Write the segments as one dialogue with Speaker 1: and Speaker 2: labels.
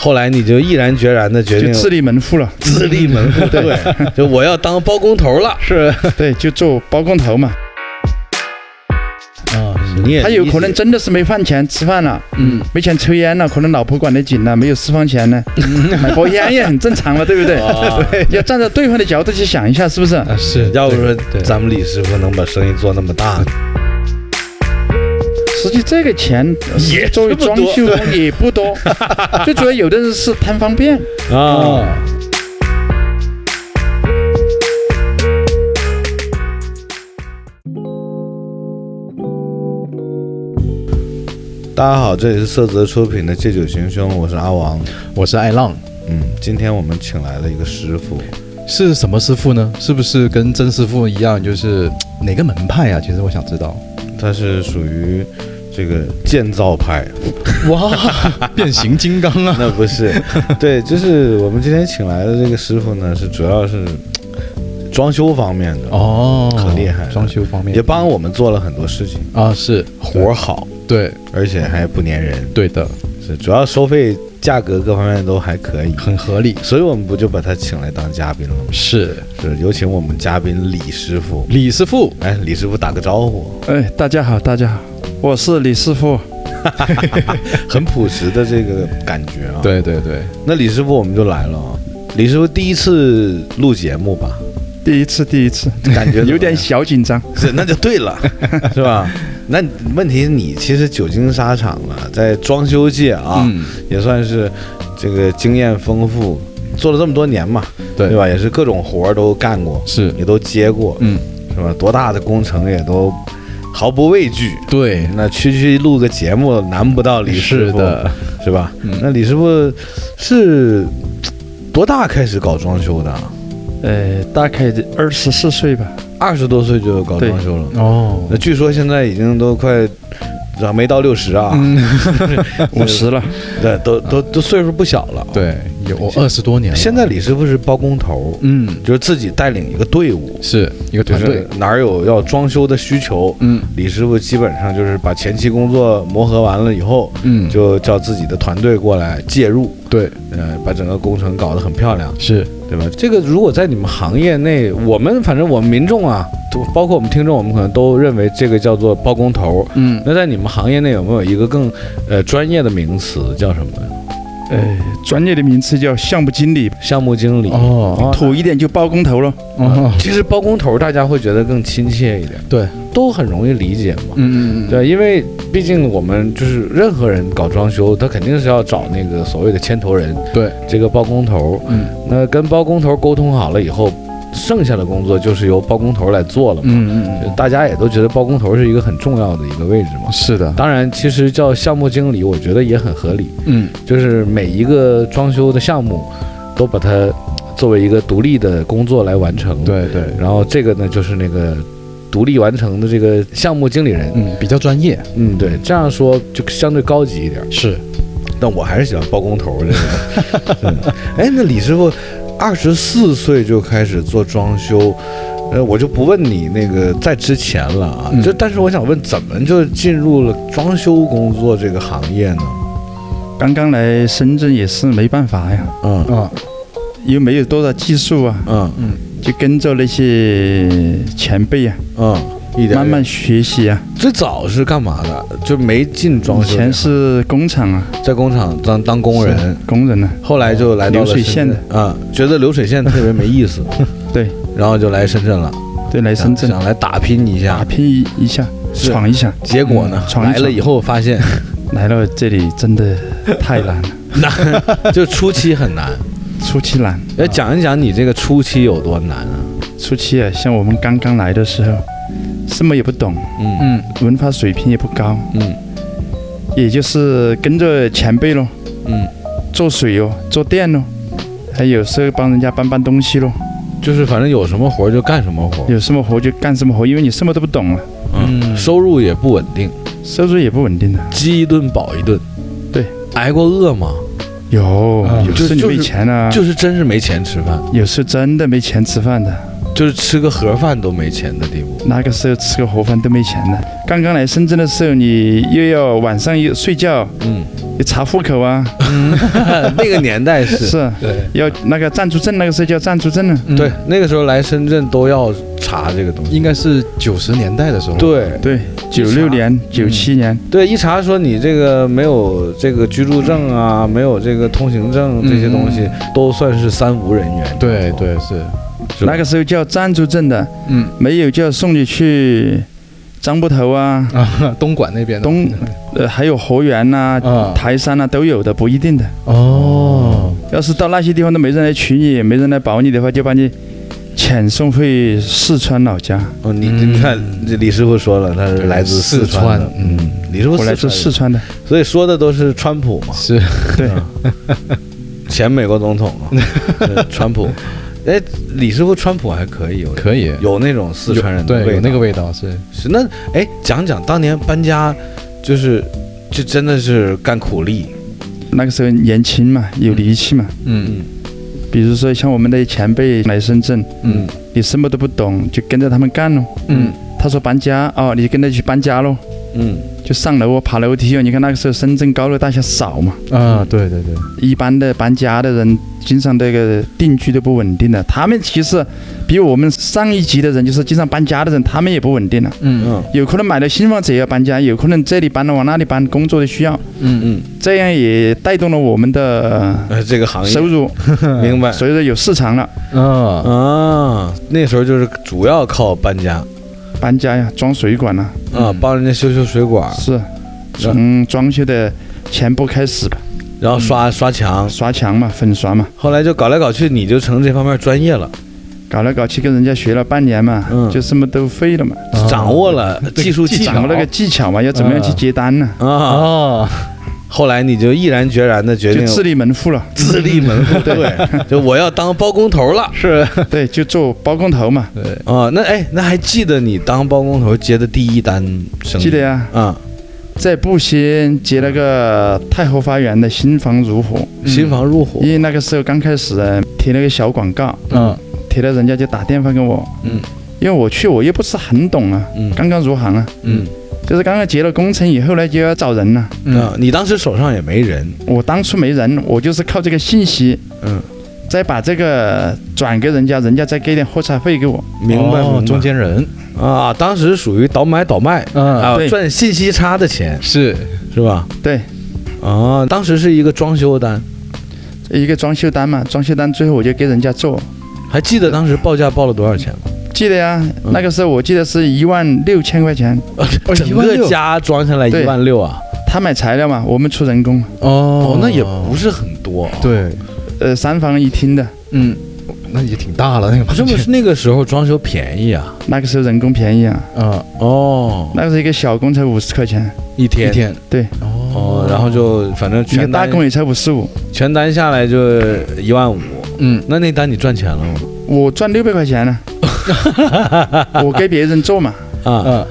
Speaker 1: 后来你就毅然决然的决
Speaker 2: 就
Speaker 1: 定
Speaker 2: 自立门户 了。
Speaker 1: 自立门户， 对，就我要当包工头了。
Speaker 2: 是，对，就做包工头嘛。
Speaker 1: 啊，你也
Speaker 2: 他有可能真的是没饭钱吃饭了，
Speaker 1: 嗯，
Speaker 2: 没钱抽烟啊了，可能老婆管得紧了，没有私房钱 呢，买包烟也很正常了，对不对？
Speaker 1: 啊
Speaker 2: 对，要站在对方的角度去想一下，是不 是？
Speaker 3: 啊是，
Speaker 1: 要不说
Speaker 3: 对
Speaker 1: 咱们李师傅能把生意做那么大，
Speaker 2: 实际这个钱呃
Speaker 1: 也
Speaker 2: 作为
Speaker 1: 这么
Speaker 2: 装
Speaker 1: 多
Speaker 2: 修工也不 多，最主要有的人是贪方便。
Speaker 3: 啊，
Speaker 1: 大家好，这里是色泽出品的《借酒行凶》，我是阿王。
Speaker 3: 我是爱浪，
Speaker 1: 嗯，今天我们请来了一个师傅，
Speaker 3: 是什么师傅呢？是不是跟曾师傅一样，就是嘖哪个门派啊？其实我想知道。
Speaker 1: 他是属于这个建造 派，
Speaker 3: 哇， 变形金刚啊！
Speaker 1: 那不是，对，就是我们今天请来的这个师傅呢，是主要是嘖装修方面的，
Speaker 3: 哦，
Speaker 1: 很厉害
Speaker 3: 装修方面
Speaker 1: 也帮我们做了很多事情，
Speaker 3: 啊，是
Speaker 1: 活儿好，
Speaker 3: 对
Speaker 1: 而且还不粘人，
Speaker 3: 对的，
Speaker 1: 是主要收费、价格各方面都还可以，
Speaker 3: 很合理。
Speaker 1: 所以我们不就把他请来当嘉宾了吗？
Speaker 3: 是
Speaker 1: 是，有请我们嘉宾李师傅。
Speaker 3: 李师傅，
Speaker 1: 来，李师傅打个招 呼，
Speaker 2: 哎，大家好，大家好，我是李师傅。
Speaker 1: 很朴实的这个感觉啊。，
Speaker 3: 对对对，
Speaker 1: 那李师傅我们就来了啊。李师傅第一次录节目吧，
Speaker 2: 第一次，第一次，
Speaker 1: 感觉怎么
Speaker 2: 有点
Speaker 1: 样
Speaker 2: 小紧张。
Speaker 1: 是，那就对 了，是吧？那问题是你其实久经沙场了，在装修界啊，
Speaker 3: 嗯，
Speaker 1: 也算是这个经验丰富，做了这么多年嘛，
Speaker 3: 对
Speaker 1: 对吧？也是各种活儿都干过，
Speaker 3: 是，
Speaker 1: 也都接过，
Speaker 3: 嗯，
Speaker 1: 是吧？多大的工程也都毫不畏惧。
Speaker 3: 对，
Speaker 1: 那区区录个节目，难不到李师
Speaker 3: 是
Speaker 1: 傅，
Speaker 3: 的，
Speaker 1: 是吧？
Speaker 3: 嗯
Speaker 1: 那李师傅是多大开始搞装修的啊？
Speaker 2: 呃，大概二十四岁吧。
Speaker 1: 二十多岁就搞
Speaker 2: 对
Speaker 1: 装修了。
Speaker 3: 哦
Speaker 1: 那，据说现在已经都快啊没到六十啊，
Speaker 2: 嗯 五十了，
Speaker 1: 对，都都都岁数不小了。，
Speaker 3: 对，有二十多年了。
Speaker 1: 现在李师傅是包工头，
Speaker 3: 嗯，
Speaker 1: 就是自己带领一个队伍，
Speaker 3: 是一个
Speaker 1: 就
Speaker 3: 团
Speaker 1: 是
Speaker 3: 队，
Speaker 1: 哪儿有要装修的需求，
Speaker 3: 嗯
Speaker 1: 李师傅基本上就是把前期工作磨合完了以后，
Speaker 3: 嗯，
Speaker 1: 就叫自己的团队过来介入，
Speaker 3: 对，
Speaker 1: 呃，把整个工程搞得很漂亮，
Speaker 3: 是
Speaker 1: 对吧？这个如果在你们行业内，我们反正我们民众啊，都包括我们听众，我们可能都认为这个叫做包工头，
Speaker 3: 嗯，
Speaker 1: 那在你们行业内有没有一个更呃专业的名词叫什么？
Speaker 2: 呃，专业的名词叫项目经理，
Speaker 1: 项目经理。
Speaker 3: 哦
Speaker 2: 土一点就包工头了。
Speaker 3: 哦，
Speaker 1: 其实包工头大家会觉得更亲切一点，
Speaker 3: 对，
Speaker 1: 都很容易理解嘛。
Speaker 3: 嗯嗯嗯，
Speaker 1: 对，因为毕竟我们就是任何人搞装修，他肯定是要找那个所谓的牵头人，
Speaker 3: 对，
Speaker 1: 这个包工头。
Speaker 3: 嗯
Speaker 1: 那跟包工头沟通好了以后，剩下的工作就是由包工头来做了嘛。
Speaker 3: 嗯嗯嗯，
Speaker 1: 大家也都觉得包工头是一个很重要的一个位置嘛。
Speaker 3: 是的，
Speaker 1: 当然，其实叫项目经理，我觉得也很合理。
Speaker 3: 嗯
Speaker 1: 就是每一个装修的项目，都把它呃作为一个独立的工作来完成。，
Speaker 3: 对对，
Speaker 1: 然后这个呢，就是那个独立完成的这个项目经理人。
Speaker 3: 嗯，比较专业，
Speaker 1: 嗯，对，这样说就相对高级一点。
Speaker 3: 是
Speaker 1: 但我还是喜欢包工头这个。 嗯哎，那李师傅二十四岁就开始做装修。呃，我就不问你那个在之前了啊，
Speaker 3: 嗯
Speaker 1: 就但是我想问，怎么就进入了装修工作这个行业呢？
Speaker 2: 刚刚来深圳也是没办法呀，
Speaker 1: 嗯
Speaker 3: 啊，
Speaker 2: 又没有多少技术啊，
Speaker 1: 嗯
Speaker 2: 就跟着那些前辈啊，
Speaker 1: 嗯，一点
Speaker 2: 慢慢学习啊。
Speaker 1: 最早是干嘛的？就没进装
Speaker 2: 以
Speaker 1: 修，
Speaker 2: 前是工厂啊，
Speaker 1: 在工厂当当工人，
Speaker 2: 工人啊，
Speaker 1: 后来就来到了
Speaker 2: 流水线的
Speaker 1: 深圳啊、觉得流水线特别没意 思，
Speaker 2: 对
Speaker 1: 然后就来深圳了，
Speaker 2: 对，来深圳
Speaker 1: 想想来打拼一
Speaker 2: 打
Speaker 1: 下。
Speaker 2: 拼一一下，
Speaker 1: 是
Speaker 2: 闯一下。
Speaker 1: 结果呢，
Speaker 2: 嗯闯一
Speaker 1: 来
Speaker 2: 闯
Speaker 1: 了以后发 现，
Speaker 2: 来到这里真的太难了，
Speaker 1: 那就初期很难。
Speaker 2: 啊初期难，
Speaker 1: 要讲一讲你这个初期有多难啊？
Speaker 2: 初期啊，像我们刚刚来的时候，什么也不懂，
Speaker 1: 嗯
Speaker 3: 嗯
Speaker 2: 文化水平也不高，
Speaker 1: 嗯
Speaker 2: 也就是跟着前辈咯，
Speaker 1: 嗯，
Speaker 2: 做水哦，做电咯，还有时候帮人家搬搬东西咯，
Speaker 1: 就是反正有什么活儿就干什么活儿，
Speaker 2: 有什么活就干什么活，因为你什么都不懂啊，
Speaker 1: 嗯，收入也不稳定，
Speaker 2: 收入也不稳定的，啊
Speaker 1: 饥一顿饱一顿。
Speaker 2: 对，
Speaker 1: 挨过饿吗？
Speaker 2: 有
Speaker 3: 啊
Speaker 2: 有
Speaker 1: 就是
Speaker 2: 是你
Speaker 1: 就是
Speaker 2: 没钱啊，
Speaker 1: 就是真是没钱吃饭，
Speaker 2: 有是真的没钱吃饭的，
Speaker 1: 就是吃个盒饭都没钱的地步。
Speaker 2: 那个时候吃个盒饭都没钱的。刚刚来深圳的时候，你又要晚上又睡觉，
Speaker 1: 嗯，
Speaker 2: 要查户口啊，
Speaker 1: 那个年代是，
Speaker 2: 是啊嗯
Speaker 3: 对
Speaker 2: 要那个暂住证，那个时候叫暂住证呢。啊
Speaker 1: 对，，那个时候来深圳都要查这个东西。
Speaker 3: 应该是九十年代的时候。，
Speaker 1: 对
Speaker 2: 对，九六年、九七年，
Speaker 1: 对，一查说你这个没有这个居住证啊，没有这个通行证这些东西，都算是三无人员。
Speaker 3: 嗯对对是，
Speaker 1: 是吧
Speaker 2: 那个时候叫暂住证的，
Speaker 3: 嗯
Speaker 2: 没有就要送你去张埠头啊，
Speaker 3: 啊，东莞那边的
Speaker 2: 东呃还有河源呐、
Speaker 3: 啊
Speaker 2: 台山呐、都有的，不一定的。
Speaker 3: 哦，
Speaker 2: 要是到那些地方都没人来娶你，没人来保你的话，就把你遣送回四川老家。
Speaker 1: 哦，你
Speaker 3: 嗯
Speaker 1: 你看，这李师傅说了，他是来自
Speaker 3: 四
Speaker 1: 川
Speaker 3: 川
Speaker 1: 的，
Speaker 3: 嗯
Speaker 1: 嗯，李师傅
Speaker 2: 我来
Speaker 1: 四
Speaker 2: 自
Speaker 1: 川
Speaker 2: 四川的，
Speaker 1: 人，所以说的都是川普嘛，啊
Speaker 3: 是
Speaker 2: 对，
Speaker 1: 前美国总统 啊，对川普。哎，李师傅川普还可以，有
Speaker 3: 可以，
Speaker 1: 有那种四川人的
Speaker 3: 对
Speaker 1: 味
Speaker 3: 有那
Speaker 1: 道
Speaker 3: 个味道是，
Speaker 1: 是那哎，讲讲当年搬家，就是就真的是干苦力，
Speaker 2: 那个时候年轻嘛，有力气嘛。
Speaker 3: 嗯
Speaker 2: 比如说像我们的前辈来深圳，
Speaker 3: 嗯
Speaker 2: 你什么都不懂，就跟着他们干喽。
Speaker 3: 嗯，
Speaker 2: 他说搬家哦，你就跟着去搬家喽，
Speaker 1: 嗯，
Speaker 2: 就上楼啊，爬楼梯啊。你看那个时候深圳高楼大厦少嘛，
Speaker 3: 啊，对对对，
Speaker 2: 一般的搬家的人，经常这个定居都不稳定的。他们其实比我们上一级的人，就是经常搬家的人，他们也不稳定了。
Speaker 3: 嗯
Speaker 1: 嗯
Speaker 2: 有可能买了新房子也要搬家，有可能这里搬了往那里搬，工作的需要，
Speaker 3: 嗯
Speaker 1: 嗯，
Speaker 2: 这样也带动了我们的
Speaker 1: 呃，这个行
Speaker 2: 呃
Speaker 1: 业
Speaker 2: 收入，
Speaker 1: 明白
Speaker 2: 所以说有市场了。
Speaker 3: 嗯啊，
Speaker 1: 啊？那时候就是主要靠搬家
Speaker 2: 搬家呀，装水管呐，
Speaker 1: 啊，
Speaker 3: 嗯
Speaker 1: 帮人家修修水管，
Speaker 2: 是从装修的前部开始吧，
Speaker 1: 然后刷刷墙，
Speaker 2: 刷墙嘛，粉刷嘛，
Speaker 1: 后来就搞来搞去，你就成这方面专业了，
Speaker 2: 搞来搞去跟人家学了半年嘛，
Speaker 1: 嗯
Speaker 2: 就什么都会了嘛，
Speaker 3: 啊
Speaker 1: 掌握了技术技
Speaker 3: 技巧
Speaker 2: 掌握那个哦技巧嘛，要怎么样去接单呢？
Speaker 1: 啊。
Speaker 3: 哦，
Speaker 1: 后来你就毅然决然的决
Speaker 2: 就
Speaker 1: 定
Speaker 2: 自立门 户了，
Speaker 1: 自立门户，对，就我要当包工头了。
Speaker 3: 是，
Speaker 2: 对，就做包工头嘛，
Speaker 3: 对，
Speaker 1: 啊，那哎，那还记得你当包工头接的第一单生意？
Speaker 2: 记得呀，
Speaker 1: 啊，
Speaker 2: 在布先接了个太和花园的新房如火，
Speaker 1: 新房入伙
Speaker 2: 因，为那个时候刚开始呃贴了个小广告，
Speaker 3: 嗯
Speaker 2: 贴了人家就打电话跟我，
Speaker 1: 嗯，
Speaker 2: 因为我去我又不是很懂啊，
Speaker 1: 嗯
Speaker 2: 刚刚入行啊，
Speaker 1: 嗯，
Speaker 2: 就是刚刚结了工程以后呢就要找人了，
Speaker 1: 啊，你当时手上也没人，
Speaker 2: 我当初没人，我就是靠这个信息，
Speaker 1: 嗯，
Speaker 2: 再把这个转给人家，人家再给点喝茶费给我，
Speaker 1: 明白
Speaker 3: 哦
Speaker 1: 明白
Speaker 3: 中间人，
Speaker 1: 啊，当时属于倒买倒卖
Speaker 3: 嗯，
Speaker 1: 啊，
Speaker 2: 对
Speaker 1: 赚信息差的钱
Speaker 3: 是，
Speaker 1: 是吧？
Speaker 2: 对，
Speaker 1: 啊，当时是一个装修单，
Speaker 2: 一个装修单嘛，装修单最后我就给人家做，
Speaker 1: 还记得当时报价报了多少钱吗？
Speaker 2: 记得呀，
Speaker 1: 嗯
Speaker 2: 那个时候我记得是一万六千块钱，
Speaker 1: 整个家装下来一
Speaker 2: 对
Speaker 1: 万六啊，
Speaker 2: 他买材料嘛，我们出人工，
Speaker 1: 哦
Speaker 3: 哦，
Speaker 1: 那也不是很多啊。
Speaker 3: 对，
Speaker 2: 呃，三房一厅的，
Speaker 3: 嗯，那也挺大了那个
Speaker 1: 不
Speaker 3: 房
Speaker 1: 是不
Speaker 3: 间，
Speaker 1: 是那个时候装修便宜啊？
Speaker 2: 那个时候人工便宜啊，
Speaker 3: 啊，
Speaker 1: 哦，
Speaker 2: 那个时候一个小工才五十块钱，
Speaker 1: 一
Speaker 3: 一
Speaker 1: 天
Speaker 3: 天，
Speaker 2: 对，
Speaker 1: 哦，然后就反正
Speaker 2: 一个
Speaker 1: 全
Speaker 2: 大
Speaker 1: 单
Speaker 2: 工也才五十五，
Speaker 1: 全单下来就一万五，
Speaker 3: 嗯，
Speaker 1: 那那单你赚钱了吗？
Speaker 2: 我赚六百块钱呢，我给别人做嘛，
Speaker 1: 啊，
Speaker 3: 啊，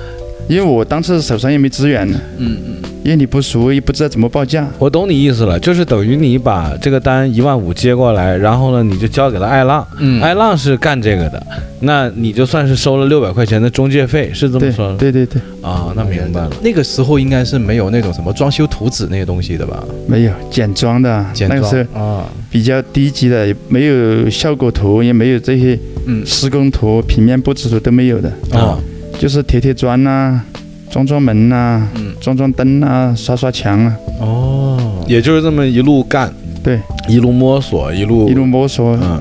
Speaker 2: 因为我当时手上也没资源呢，
Speaker 3: 嗯
Speaker 2: 因为你不熟，也不知道怎么报价，
Speaker 1: 我懂你意思了，就是等于你把这个单一万五接过来，然后呢你就交给了艾浪，
Speaker 3: 嗯，
Speaker 1: 艾浪是干这个的，那你就算是收了六百块钱的中介费，是这么
Speaker 2: 对
Speaker 1: 说的
Speaker 2: 对对对，
Speaker 1: 啊？那明白了，。
Speaker 3: 那个时候应该是没有那种什么装修图纸那些东西的吧？
Speaker 2: 没有简装的，
Speaker 3: 简
Speaker 2: 那个时
Speaker 3: 装
Speaker 2: 候
Speaker 3: 啊，
Speaker 2: 比较低级的，也没有效果图，也没有这些
Speaker 3: 嗯
Speaker 2: 施工图、平面布置图都没有的，
Speaker 1: 啊
Speaker 3: 啊，
Speaker 2: 就是贴贴砖呐、装装门呐、啊
Speaker 3: 嗯，
Speaker 2: 装装灯呐、刷刷墙啊，
Speaker 3: 哦，
Speaker 1: 也就是这么一路干，
Speaker 2: 对，
Speaker 1: 一路摸索，一路
Speaker 3: 哦
Speaker 2: 一路摸索，
Speaker 1: 嗯，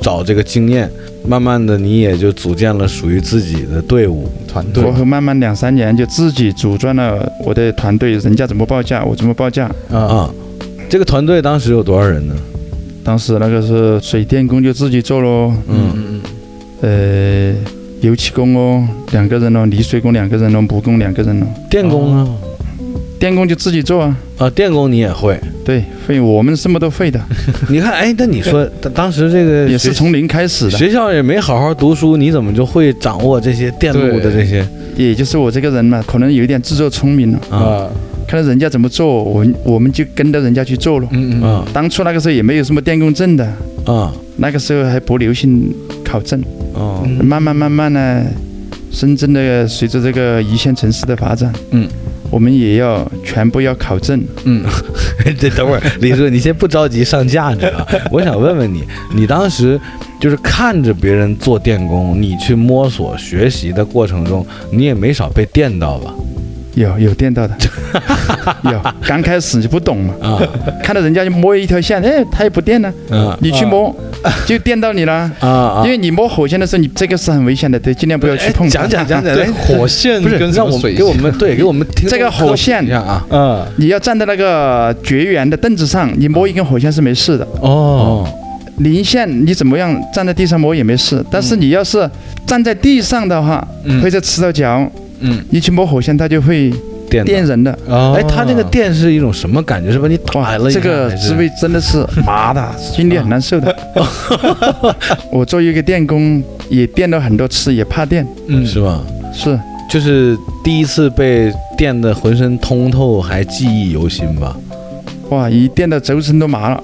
Speaker 1: 找这个经验，慢慢的你也就组建了属于自己的队伍，
Speaker 3: 团队
Speaker 2: 我和慢慢两三年就自己组装了我的团队，人家怎么报价我怎么报价。
Speaker 3: 啊，
Speaker 1: 啊，这个团队当时有多少人呢？
Speaker 2: 当时那个是水电工就自己做咯，
Speaker 3: 嗯嗯
Speaker 2: 呃，油漆工哦两个人咯，泥水工两个人咯，木工两个人咯，哦
Speaker 1: 电工呢？
Speaker 2: 电工就自己做啊。
Speaker 1: 啊，电工你也 会？
Speaker 2: 对，会我们什么都会的，
Speaker 1: 你看，哎，那你说当当时这
Speaker 3: 呃
Speaker 1: 个
Speaker 2: 也是
Speaker 1: 学
Speaker 2: 从零开始的。
Speaker 1: 学校也没好好读书，你怎么就会掌握这些电路的这些
Speaker 2: 也就是我这个人嘛，可能有一点自作聪明了，
Speaker 3: 嗯
Speaker 1: 啊？
Speaker 3: 啊，
Speaker 2: 看到人家怎么做，我们我们就跟着人家去做了。
Speaker 3: 嗯嗯
Speaker 1: 啊
Speaker 2: 当初那个时候也没有什么电工证的，
Speaker 1: 啊
Speaker 2: 那个时候还不流行考证，
Speaker 1: 啊
Speaker 3: 嗯
Speaker 2: 慢慢慢慢呢，深圳的随着这个一线城市的发展，
Speaker 3: 嗯，
Speaker 2: 我们也要全部要考证。
Speaker 3: 嗯，
Speaker 1: 这等会儿，李叔，你先不着急上架着啊！我想问问你，你当时就是看着别人做电工，你去摸索学习的过程中，你也没少被电到吧？
Speaker 2: 有有 电到的，有。刚开始就不懂嘛，
Speaker 1: 啊
Speaker 2: 看到人家就摸一条线，哎，他也不电呢，
Speaker 1: 嗯
Speaker 2: 你去摸就电到你了。
Speaker 1: 啊啊
Speaker 2: 因！为你摸火线的时候，你这个是很危险的，对，尽量不要去
Speaker 1: 哎
Speaker 2: 碰它。
Speaker 1: 讲讲讲讲，
Speaker 3: 对，
Speaker 1: 哎
Speaker 3: 火线
Speaker 1: 不是
Speaker 3: 跟什
Speaker 1: 让
Speaker 3: 么
Speaker 1: 我
Speaker 3: 水
Speaker 1: 们给我们对给我们听
Speaker 2: 这个火线
Speaker 1: 一下啊！
Speaker 3: 嗯
Speaker 2: 你要站在那个绝缘的凳子上，你摸一根火线是没事的。
Speaker 3: 哦
Speaker 1: 哦，
Speaker 2: 零线你怎么样站在地上摸也没事，但是你要是站在地上的话，
Speaker 3: 嗯
Speaker 2: 会在吃到脚，
Speaker 3: 嗯
Speaker 2: 你去摸火线它就会
Speaker 1: 电到
Speaker 2: 电人的。
Speaker 3: 哦，
Speaker 1: 哎，他那个电是一种什么感觉？是把你打了一下
Speaker 2: 这个
Speaker 1: 还是
Speaker 2: 滋 味真的是麻的， 心里很难受的。我作为一个电工，也电了很多次，也怕电，
Speaker 3: 嗯
Speaker 1: 是吧？
Speaker 2: 是
Speaker 1: 就是第一次被电的浑身通透，还记忆犹新吧？
Speaker 2: 哇，一电到周身都麻了，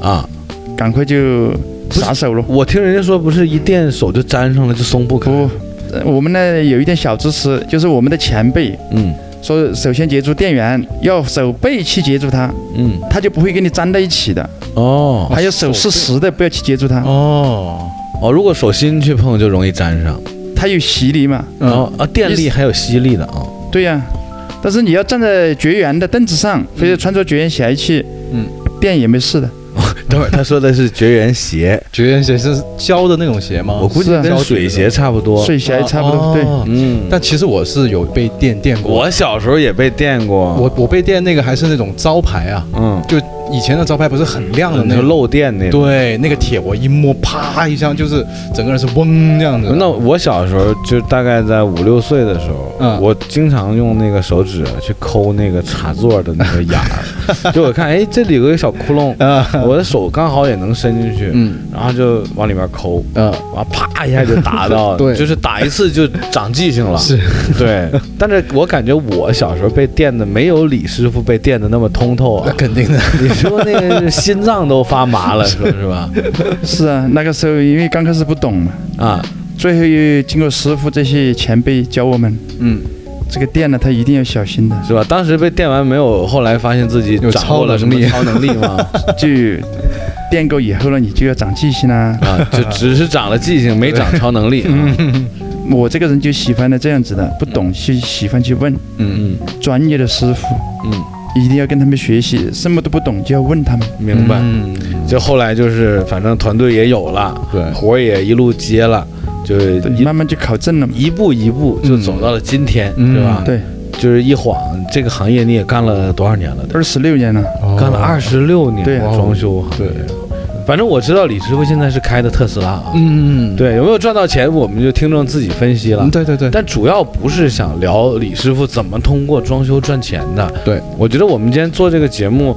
Speaker 1: 啊，
Speaker 2: 赶快就撒手了。
Speaker 1: 我听人家说，不是一电手就粘上了就松不开。
Speaker 2: 不，呃我们呢有一点小知识，就是我们的前辈
Speaker 1: 嗯
Speaker 2: 说，首先截住电源，要手背去截住它，
Speaker 1: 嗯，
Speaker 2: 它就不会跟你粘在一起的。
Speaker 1: 哦
Speaker 2: 还有手是实的，不要去截住它，
Speaker 3: 哦，
Speaker 1: 哦，如果手心去碰就容易粘上。
Speaker 2: 它有吸力嘛。
Speaker 1: 然
Speaker 3: 嗯
Speaker 1: 后啊，电力还有吸力的啊。
Speaker 2: 对呀、但是你要站在绝缘的凳子上，或者穿着绝缘鞋去，
Speaker 3: 嗯，
Speaker 2: 电也没事的。
Speaker 1: 等会儿他说的是绝缘鞋，
Speaker 3: 绝缘鞋是胶的那种鞋吗？
Speaker 1: 我估计
Speaker 2: 是啊
Speaker 1: 跟嗯水鞋差不多。
Speaker 2: 睡鞋差不多，对，
Speaker 3: 哦
Speaker 1: 嗯，
Speaker 3: 但其实我是有被电电过，
Speaker 1: 我小时候也被电过。
Speaker 3: 我我被电那个还是那种招牌啊，
Speaker 1: 嗯，
Speaker 3: 就以前的招牌不是很亮的
Speaker 1: 你
Speaker 3: 那
Speaker 1: 说
Speaker 3: 种，
Speaker 1: 漏电那种。
Speaker 3: 对，那个铁我一摸，啪一下就是整个人是嗡这样子的。
Speaker 1: 那我小时候就大概在五六岁的时候，
Speaker 3: 嗯
Speaker 1: 我经常用那个手指去抠那个插座的那个眼 儿，就我看，哎，这里有个小窟窿，
Speaker 3: 啊，
Speaker 1: 我的手刚好也能伸进去，
Speaker 3: 嗯
Speaker 1: 然后就往里面抠，
Speaker 3: 啊，，
Speaker 1: 完啪一下就打到
Speaker 3: 对
Speaker 1: 就是打一次就长记性了，
Speaker 3: 是，
Speaker 1: 对。但是我感觉我小时候被电的没有李师傅被电的那么通透
Speaker 3: 那
Speaker 1: 啊。
Speaker 3: 肯定的。
Speaker 1: 李师傅那个心脏都发麻了，说是吧？
Speaker 2: 是啊，那个时候因为刚开始不懂嘛，
Speaker 1: 啊，
Speaker 2: 最后又经过师傅这些前辈教我们，
Speaker 3: 嗯，
Speaker 2: 这个电呢，它一定要小心 的，
Speaker 1: 是吧？当时被电完没有，后来发现自己
Speaker 3: 有
Speaker 1: 掌握了什么超
Speaker 3: 超
Speaker 1: 能力吗？
Speaker 2: 就电够以后呢，你就要长记性啦。
Speaker 1: 啊，就只是长了记性，没长超能力。嗯
Speaker 2: 我这个人就喜欢的这样子的，不懂就喜欢去问
Speaker 1: 嗯
Speaker 2: 专业的师傅，
Speaker 1: 嗯，
Speaker 2: 一定要跟他们学习，什么都不懂就要问他们。
Speaker 1: 明白。
Speaker 3: 嗯，
Speaker 1: 就后来就是，反正团队也有了，
Speaker 3: 对
Speaker 1: 活儿也一路接了，就
Speaker 2: 对，
Speaker 1: 一
Speaker 2: 慢慢就考证了嘛。
Speaker 1: 一步一步就走到了今天，
Speaker 3: 嗯
Speaker 1: 对吧？，
Speaker 2: 对，
Speaker 1: 就是一晃，这个行业你也干了多少年了？对吧
Speaker 2: 二十六年了，
Speaker 3: 哦
Speaker 1: 干了二
Speaker 3: 十，
Speaker 1: 十六年
Speaker 2: 对
Speaker 1: 装修行
Speaker 3: 对
Speaker 1: 业。，反正我知道李师傅现在是开的特斯拉啊，
Speaker 3: 嗯，
Speaker 1: 对，有没有赚到钱，我们就听众自己分析了
Speaker 3: 嗯，。对对对，
Speaker 1: 但主要不是想聊李师傅怎么通过装修赚钱的。
Speaker 3: 对，
Speaker 1: 我觉得我们今天做这个节目，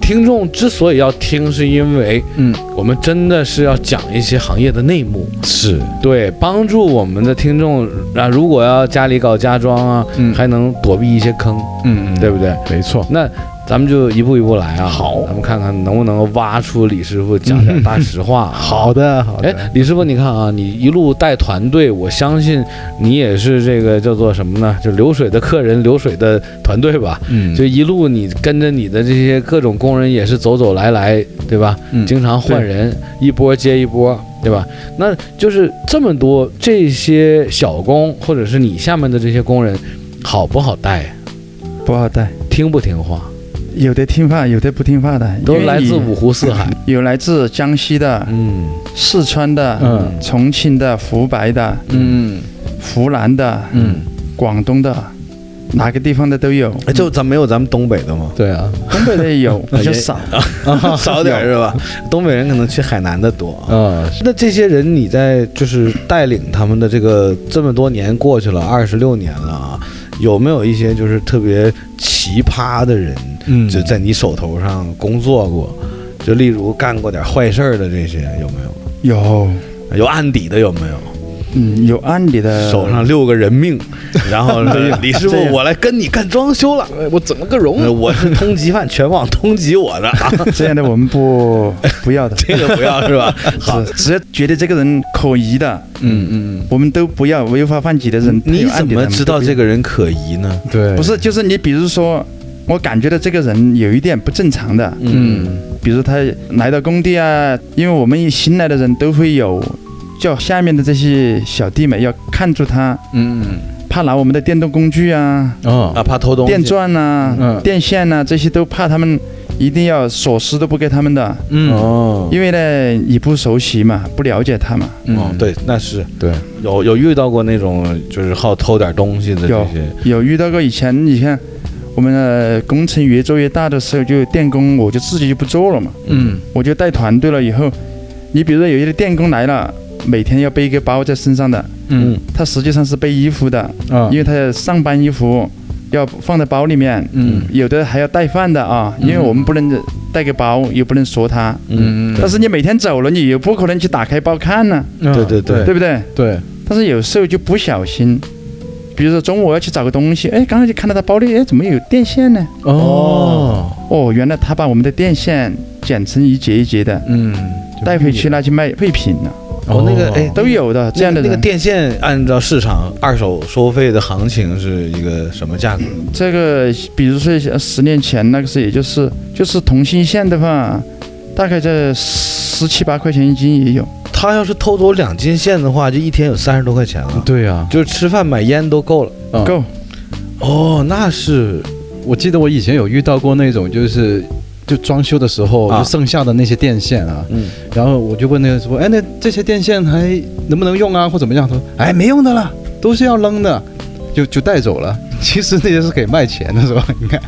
Speaker 1: 听众之所以要听，是因为
Speaker 3: 嗯，
Speaker 1: 我们真的是要讲一些行业的内幕。
Speaker 3: 是，
Speaker 1: 对，帮助我们的听众啊，如果要家里搞家装啊，
Speaker 3: 嗯
Speaker 1: 还能躲避一些坑，
Speaker 3: 嗯
Speaker 1: 对，不对？
Speaker 3: 没错，
Speaker 1: 那咱们就一步一步来啊，
Speaker 3: 好
Speaker 1: 咱们看看能不能挖出李师傅讲点大实话、啊。
Speaker 3: 好的好的。
Speaker 1: 哎，李师傅，你看啊，你一路带团队，我相信你也是这个叫做什么呢？就流水的客人，流水的团队吧。
Speaker 3: 嗯
Speaker 1: 就一路你跟着你的这些各种工人也是走走来来，对吧？
Speaker 3: 嗯
Speaker 1: 经常换人，一波接一波，对吧？那就是这么多这些小工，或者是你下面的这些工人，好不好带？啊
Speaker 2: 不好带。
Speaker 1: 听不听话？
Speaker 2: 有的听话，有的不听话的，
Speaker 1: 都
Speaker 2: 因为
Speaker 1: 来自
Speaker 2: 你
Speaker 1: 五湖四 海。
Speaker 2: 有来自江西的、
Speaker 1: 嗯
Speaker 2: 四川的、
Speaker 3: 嗯
Speaker 2: 重庆的、湖北的、
Speaker 3: 嗯
Speaker 2: 湖南的、
Speaker 3: 嗯，
Speaker 2: 广东的，哪个地方的都有，
Speaker 1: 哎，就咱没有咱们东北的吗？
Speaker 3: 对啊，
Speaker 2: 东北的也 有，比
Speaker 1: 也
Speaker 2: 较少。
Speaker 1: 少点儿是吧？东北人可能去海南的多啊。
Speaker 3: 啊，
Speaker 1: 那这些人，你在就是带领他们的这个这么多年过去了，二十六年了啊，有没有一些就是特别奇葩的人，
Speaker 3: 嗯
Speaker 1: 就在你手头上工作过？就例如干过点坏事儿的这些有没有？
Speaker 2: 有
Speaker 1: 有案底的有没有？
Speaker 2: 嗯，有案底
Speaker 3: 呃
Speaker 2: 的
Speaker 1: 手上六个人 命，然后李师傅
Speaker 2: 这，样
Speaker 1: 我来跟你干装修了。
Speaker 3: 我怎么个容
Speaker 1: 呃我是通缉犯，全网通缉我的 啊！
Speaker 2: 这样的我 们不不要的，
Speaker 1: 这个不要是吧？好，
Speaker 2: 只只要觉得这个人可疑的，
Speaker 3: 嗯嗯，
Speaker 2: 我们都不要违法犯纪的人。
Speaker 1: 你怎么知道这
Speaker 2: 个？
Speaker 1: 个人可疑呢？
Speaker 3: 对，
Speaker 2: 不，是，就是你比如说，我感觉到这个人有一点不正常的，
Speaker 3: 嗯
Speaker 2: 比如他来到工地啊，因为我们新来的人都会有叫下面的这些小弟们要看住他，
Speaker 3: 嗯
Speaker 2: 怕拿我们的电动工具啊、
Speaker 3: 哦
Speaker 1: 啊，，怕偷东西。
Speaker 2: 电钻呐、
Speaker 3: 嗯
Speaker 2: 电线呐、这些都怕他们。一定要锁匙都不给他们的，
Speaker 3: 嗯
Speaker 1: 哦，
Speaker 2: 因为呢你不熟悉嘛，不了解他嘛。
Speaker 1: 哦，对，那是
Speaker 3: 对，
Speaker 1: 有有遇到过那种就是好偷点东西的这
Speaker 2: 有
Speaker 1: 些，
Speaker 2: 有遇到过以前，你看我们的工程越做越大的时候，就电工我就自己就不做了嘛，
Speaker 3: 嗯
Speaker 2: 我就带团队了。以后，你比如说有一个电工来了，每天要背一个包在身上的，
Speaker 3: 嗯
Speaker 2: 他实际上是背衣服的，
Speaker 1: 嗯
Speaker 3: 啊
Speaker 2: 因为他上班衣服要放在包里面。
Speaker 3: 嗯
Speaker 2: 有的还要带饭的啊，因为我们不能带个包，又不能说他。
Speaker 3: 嗯
Speaker 2: 但是你每天走了，你也不可能去打开包看呢、
Speaker 1: 对对对
Speaker 2: 对不对？
Speaker 3: 对，
Speaker 2: 但是有时候就不小心，比如说中午我要去找个东西，哎，刚才就看到他包里，哎，怎么有电线呢？
Speaker 3: 哦，
Speaker 2: 哦，原来他把我们的电线剪成一节一节的，
Speaker 3: 嗯，
Speaker 2: 带回去拿去卖废品了，
Speaker 1: 哦那个哎
Speaker 2: 都有的这样的
Speaker 1: 那个
Speaker 2: 人。
Speaker 1: 电线按照市场二手收费的行情是一个什么价格？
Speaker 2: 这个比如说像十年前那个是，也就是就是同心线的话，大概在十七八块钱一斤也有。
Speaker 1: 他要是偷走两斤线的话，就一天有三十多块钱了，
Speaker 3: 对呀，
Speaker 1: 就是吃饭买烟都够了。
Speaker 3: 啊
Speaker 2: 够，
Speaker 1: 哦，那是
Speaker 3: 我记得我以前有遇到过那种就是。就装修的时候，
Speaker 1: 啊
Speaker 3: 就剩下的那些电线啊，
Speaker 1: 嗯，
Speaker 3: 然后我就问那个说，哎，那这些电线还能不能用啊，或怎么样？他说，哎，没用的了，都是要扔的，就就带走了。 其实那些是可以卖钱的，是吧？你看，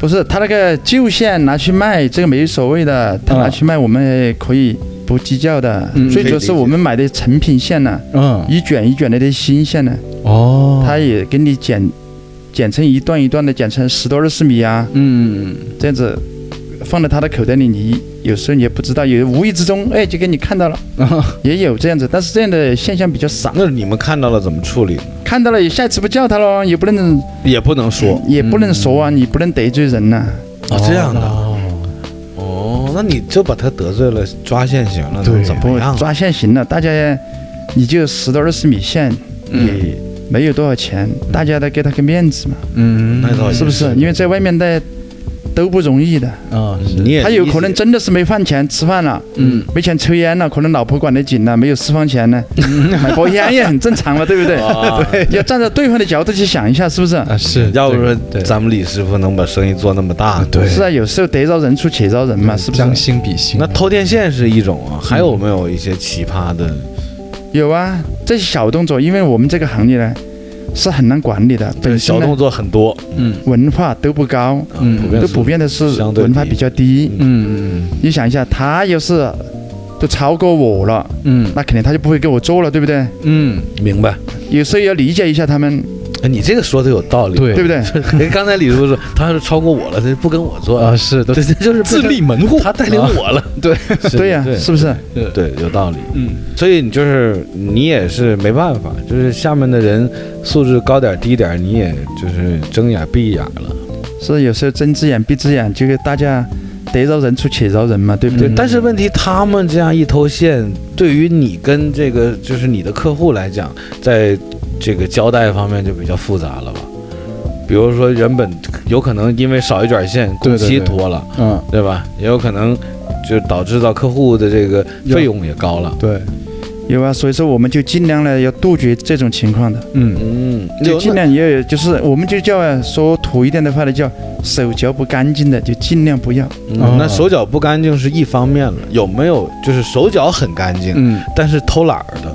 Speaker 2: 不是他那个旧线拿去卖，这个没所谓的，他
Speaker 3: 啊
Speaker 2: 拿去卖我们也可以不计较的。
Speaker 3: 嗯
Speaker 2: 最
Speaker 1: 可
Speaker 2: 主
Speaker 1: 以
Speaker 2: 要
Speaker 1: 理
Speaker 2: 是
Speaker 1: 解
Speaker 2: 我们买的成品线呢、
Speaker 3: 嗯，
Speaker 2: 一卷一卷的那些新线呢，
Speaker 3: 哦
Speaker 2: 它也给你剪剪成一段一段的，剪成十多二十米啊，
Speaker 3: 嗯，
Speaker 2: 这样子放在他的口袋里，你有时候你也不知道，也无意之中哎就给你看到了，
Speaker 3: 啊，
Speaker 2: 也有这样子，但是这样的现象比较少，
Speaker 1: 那你们看到了怎么处理呢？
Speaker 2: 看到了也下次不叫他喽，也不能
Speaker 1: 也不能说
Speaker 2: 也不能说啊，你不能得罪人呐、
Speaker 1: 啊，这样的。
Speaker 3: 哦，
Speaker 1: 哦，那你这把他得罪了，抓现行了，
Speaker 3: 对
Speaker 1: 能怎么样？
Speaker 2: 抓现行了，大家你就十多二十米线
Speaker 3: 嗯
Speaker 2: 也没有多少钱，大家都给他个面子嘛，
Speaker 3: 嗯，
Speaker 1: 那倒也
Speaker 2: 是不是？因为在外面的都不容易的。
Speaker 3: 啊，是
Speaker 1: 你也
Speaker 2: 他有
Speaker 1: 理解
Speaker 2: 可能真的是没饭钱吃饭了，
Speaker 3: 嗯，
Speaker 2: 没钱抽烟了，可能老婆管得紧了，没有私房钱呢，
Speaker 1: 嗯
Speaker 2: 买包烟也很正常嘛，对不对？
Speaker 1: 啊
Speaker 2: 要站在对方的角度去想一下，是不是？
Speaker 3: 啊是，
Speaker 1: 要不说
Speaker 3: 对
Speaker 1: 咱们李师傅能把生意做那么大呢，
Speaker 3: 对
Speaker 2: 是啊，有时候得饶人处且饶人
Speaker 1: 嗯
Speaker 2: 嘛，是不
Speaker 3: 将
Speaker 2: 是？
Speaker 3: 心比心，
Speaker 1: 那偷电线是一种
Speaker 3: 嗯
Speaker 1: 啊，还有没有一些奇葩的？
Speaker 2: 有啊，这些小动作，因为我们这个行业呢是很难管理的，
Speaker 1: 对，
Speaker 2: 本
Speaker 1: 小
Speaker 2: 身
Speaker 1: 动
Speaker 2: 呢
Speaker 1: 作很多，
Speaker 3: 嗯
Speaker 2: 文化都不高，
Speaker 1: 啊
Speaker 3: 嗯
Speaker 1: 普遍
Speaker 2: 都
Speaker 1: 是
Speaker 2: 普遍的是
Speaker 1: 相对低
Speaker 2: 文化比较低。
Speaker 3: 嗯
Speaker 2: 你想一下，他要是都超过我了，
Speaker 3: 嗯
Speaker 2: 那肯定他就不会给我做了，对不对？
Speaker 3: 嗯
Speaker 1: 明白。
Speaker 2: 有时候要理解一下他们，
Speaker 1: 哎，你这个说的有道理，
Speaker 3: 对
Speaker 2: 对不对？
Speaker 1: 对。刚才李师傅说，他是超过我了，他就不跟我做
Speaker 3: 啊
Speaker 1: 了，
Speaker 3: 是都
Speaker 1: 嗯对，这就是
Speaker 3: 自立门户，啊
Speaker 1: 他带领我了，
Speaker 3: 对，
Speaker 1: 是
Speaker 2: 对呀、是不是？
Speaker 3: 对，
Speaker 1: 对，有道理。
Speaker 3: 嗯
Speaker 1: 所以你就是你也是没办法，就是下面的人素质高点儿低点儿，你也就是睁眼闭眼了。
Speaker 2: 是有时候睁只眼闭只眼，就是大家得饶人处且饶人嘛，对不
Speaker 3: 嗯
Speaker 2: 对？
Speaker 1: 对，但是问题他们这样一头线，对于你跟这个就是你的客户来讲，在这个交代方面就比较复杂了吧？比如说，原本有可能因为少一卷线，工
Speaker 3: 对对
Speaker 1: 期
Speaker 3: 对
Speaker 1: 拖了，
Speaker 3: 嗯
Speaker 1: 对吧？也有可能就导致到客户的这个费用也高了。
Speaker 3: 对，
Speaker 2: 有啊，所以说我们就尽量呢要杜绝这种情况的，
Speaker 3: 嗯
Speaker 1: 嗯，
Speaker 2: 就尽量也有，就是我们就叫啊说土一点的话呢，叫手脚不干净的就尽量不要。
Speaker 1: 嗯那手脚不干净是一方面了，有没有就是手脚很干净，
Speaker 3: 嗯
Speaker 1: 但是偷懒儿的？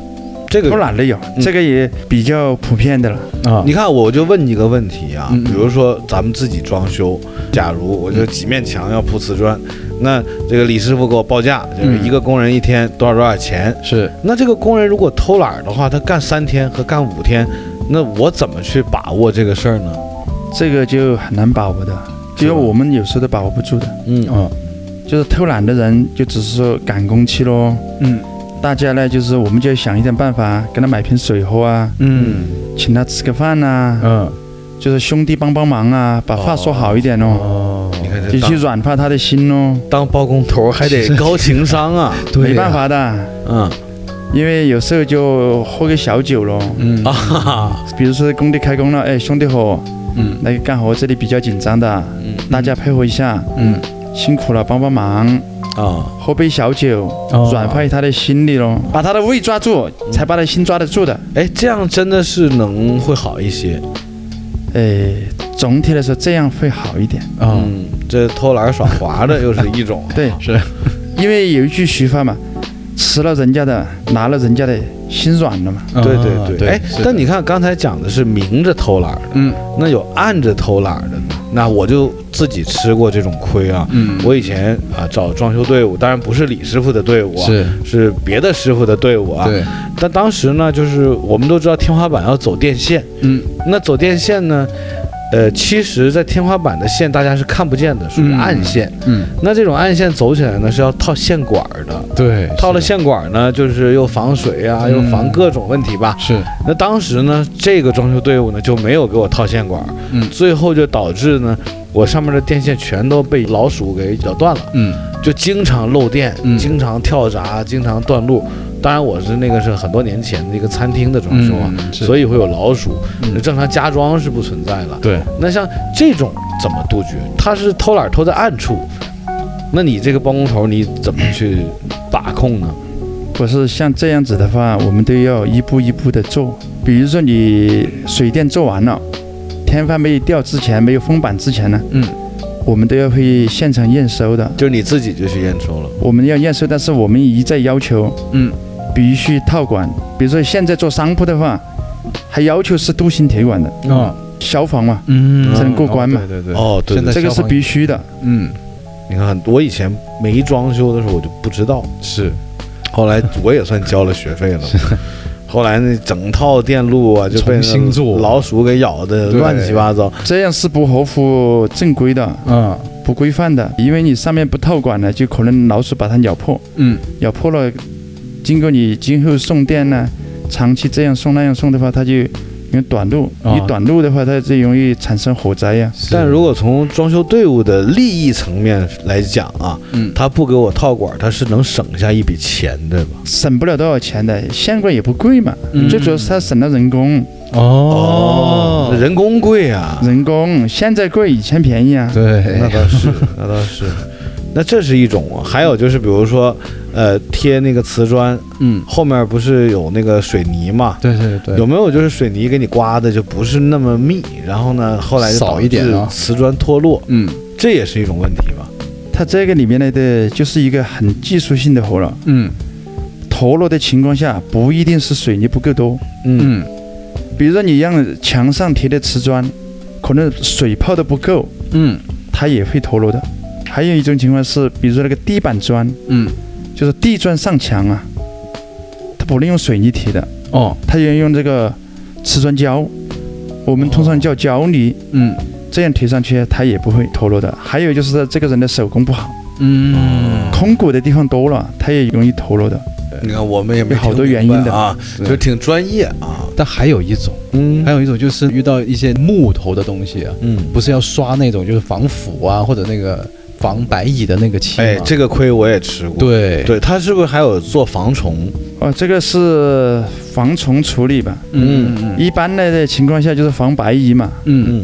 Speaker 1: 这个
Speaker 2: 偷懒的有，
Speaker 1: 嗯
Speaker 2: 这个也比较普遍的了。
Speaker 3: 啊
Speaker 1: 你看，我就问你一个问题啊，
Speaker 3: 嗯
Speaker 1: 比如说咱们自己装修，假如我就几面墙要铺瓷砖，那这个李师傅给我报价，就是
Speaker 2: 嗯
Speaker 1: 一个工人一天多少多少钱。
Speaker 3: 是
Speaker 1: 那这个工人如果偷懒儿的话，他干三天和干五天，那我怎么去把握这个事儿呢？
Speaker 2: 这个就很难把握的，
Speaker 1: 是
Speaker 2: 因为
Speaker 1: 吧
Speaker 2: 我们有时候都把握不住的。
Speaker 1: 嗯
Speaker 3: 啊
Speaker 2: 就是偷懒的人，就只是说赶工期咯，
Speaker 3: 嗯
Speaker 2: 大家呢，就是我们就想一点办法，给他买瓶水喝啊，
Speaker 3: 嗯
Speaker 2: 请他吃个饭呐、
Speaker 3: 嗯
Speaker 2: 就是兄弟帮帮忙啊，把话说好一点哦，
Speaker 3: 哦，
Speaker 1: 嗯你看这
Speaker 2: 你去
Speaker 1: 当
Speaker 2: 软化他的心哦，
Speaker 1: 当包工头还得高情商啊，
Speaker 3: 对呀
Speaker 2: 没办，法的，
Speaker 1: 嗯
Speaker 2: 因为有时候就喝个小酒咯，
Speaker 3: 嗯
Speaker 1: 啊哈 哈，
Speaker 2: 比如说工地开工了，哎，兄弟伙，
Speaker 3: 嗯
Speaker 2: 来干活这里比较紧张的，
Speaker 1: 嗯
Speaker 2: 大家配合一下，
Speaker 3: 嗯，
Speaker 2: 辛苦了，帮帮忙，
Speaker 1: 啊，
Speaker 2: 喝杯小酒，
Speaker 3: 哦嗯
Speaker 2: 软化他的心理咯，把他的胃抓住，才把他心抓得住的。
Speaker 1: 哎，这样真的是能会好一些。
Speaker 2: 哎，总体来说这样会好一点。。
Speaker 3: 哦
Speaker 1: 嗯，这偷懒耍滑的又是一 种
Speaker 2: 对，
Speaker 3: 是，
Speaker 2: 因为有一句俗话嘛，吃了人家的，拿了人家的，心软了嘛。
Speaker 3: 啊
Speaker 1: 对对对，哎
Speaker 3: 是，的
Speaker 1: 但你看刚才讲的是明着偷懒儿的，
Speaker 3: 嗯
Speaker 1: 那有暗着偷懒儿的呢。那我就自己吃过这种亏啊。
Speaker 3: 嗯
Speaker 1: 我以前啊找装修队伍，当然不是李师傅的队伍啊，
Speaker 3: 是
Speaker 1: 是别的师傅的队伍啊。
Speaker 3: 对，
Speaker 1: 但当时呢，就是我们都知道天花板要走电线，
Speaker 3: 嗯
Speaker 1: 那走电线呢，呃，其实在天花板的线大家是看不见的，属于
Speaker 3: 嗯
Speaker 1: 暗线。
Speaker 3: 嗯
Speaker 1: 那这种暗线走起来呢是要套线管儿的，
Speaker 3: 对，
Speaker 1: 套了
Speaker 3: 是
Speaker 1: 线管呢，就是又防水啊，
Speaker 3: 嗯
Speaker 1: 又防各种问题吧
Speaker 3: 的。是，
Speaker 1: 那当时呢，这个装修队伍呢就没有给我套线管，
Speaker 3: 嗯
Speaker 1: 最后就导致呢，我上面的电线全都被老鼠给咬断了，
Speaker 3: 嗯
Speaker 1: 就经常漏电，
Speaker 3: 嗯
Speaker 1: 经常跳闸，经常断路。当然，我是那个是很多年前的一个餐厅的装修啊，
Speaker 3: 嗯是
Speaker 1: 所以会有老鼠。
Speaker 3: 嗯
Speaker 1: 那正常家装是不存在的。
Speaker 3: 对，
Speaker 1: 那像这种怎么杜绝？他是偷懒偷在暗处，那你这个包工头你怎么去把控呢？
Speaker 2: 不是像这样子的话，我们都要一步一步的做。比如说你水电做完了，天花没有掉之前，没有封板之前呢，
Speaker 3: 嗯
Speaker 2: 我们都要会现场验收的。
Speaker 1: 就是你自己就去验收了。
Speaker 2: 我们要验收，但是我们一再要求
Speaker 3: 嗯
Speaker 2: 必须套管。比如说现在做商铺的话，还要求是镀锌铁管的，
Speaker 3: 哦
Speaker 2: 消防嘛，
Speaker 3: 嗯
Speaker 2: 才能过关嘛
Speaker 3: 哦对对对，
Speaker 1: 哦，对
Speaker 3: 现在
Speaker 2: 这个是
Speaker 3: 消防
Speaker 2: 必须的。
Speaker 3: 嗯
Speaker 1: 你看，我以前没装修的时候我就不知道，
Speaker 3: 是，
Speaker 1: 后来我也算交了学费了。后来那整套电路啊就被
Speaker 3: 重新做
Speaker 1: 那老鼠给咬的
Speaker 3: 对
Speaker 1: 乱七八糟。
Speaker 2: 这样是不合乎正规的、
Speaker 3: 嗯
Speaker 2: 不规范的，因为你上面不套管呢，就可能老鼠把它咬破，
Speaker 3: 嗯
Speaker 2: 咬破了，经过你今后送电呢，长期这样送那样送的话，它就有短路，
Speaker 3: 啊
Speaker 2: 一短路的话，它就容易产生火灾啊呀。
Speaker 3: 是
Speaker 1: 但如果从装修队伍的利益层面来讲啊，
Speaker 3: 嗯
Speaker 1: 他不给我套管，他是能省下一笔钱，对吧？
Speaker 2: 省不了多少钱的，线管也不贵嘛，
Speaker 3: 嗯
Speaker 2: 最主要是它省了人工，
Speaker 3: 哦
Speaker 1: 人工贵啊，
Speaker 2: 人工现在贵，以前便宜啊。
Speaker 1: 那
Speaker 3: 对，
Speaker 1: 倒是， 那倒是。那这是一种啊，还有就是比如说，呃，贴那个瓷砖
Speaker 3: 嗯
Speaker 1: 后面不是有那个水泥嘛？
Speaker 3: 对对对，
Speaker 1: 有没有就是水泥给你刮的就不是那么密，然后呢，后来就
Speaker 3: 少
Speaker 1: 导
Speaker 3: 一点
Speaker 1: 致
Speaker 3: 啊
Speaker 1: 瓷砖脱落，
Speaker 3: 嗯
Speaker 1: 这也是一种问题吧？
Speaker 2: 它这个里面来的就是一个很技术性的活了，
Speaker 3: 嗯
Speaker 2: 脱落的情况下不一定是水泥不够多，
Speaker 1: 嗯
Speaker 3: 嗯
Speaker 2: 比如说你让墙上贴的瓷砖，可能水泡的不够，
Speaker 3: 嗯
Speaker 2: 它也会脱落的。还有一种情况是，比如说那个地板砖，
Speaker 3: 嗯
Speaker 2: 就是地砖上墙啊，它不能用水泥贴的，
Speaker 3: 哦
Speaker 2: 它要用这个瓷砖胶，我们通常叫胶泥，
Speaker 3: 嗯
Speaker 2: 这样贴上去它也不会脱落的。还有就是这个人的手工不好，
Speaker 3: 嗯
Speaker 2: 空鼓的地方多了，它也容易脱落的。
Speaker 1: 你看我们也没
Speaker 2: 有好多
Speaker 1: 听明白
Speaker 2: 原因的
Speaker 1: 啊，
Speaker 3: 是
Speaker 1: 就挺专业啊。
Speaker 3: 但还有一种，
Speaker 1: 嗯
Speaker 3: 还有一种就是遇到一些木头的东西啊，
Speaker 1: 嗯，
Speaker 3: 不是要刷那种就是防腐啊，或者那个防白蚁的那个漆吗？
Speaker 1: 哎，这个亏我也吃过。
Speaker 3: 对，
Speaker 1: 对，它是不是还有做防虫？
Speaker 2: 哦，这个是防虫处理吧？
Speaker 3: 嗯嗯
Speaker 2: 一般的情况下就是防白蚁嘛。
Speaker 3: 嗯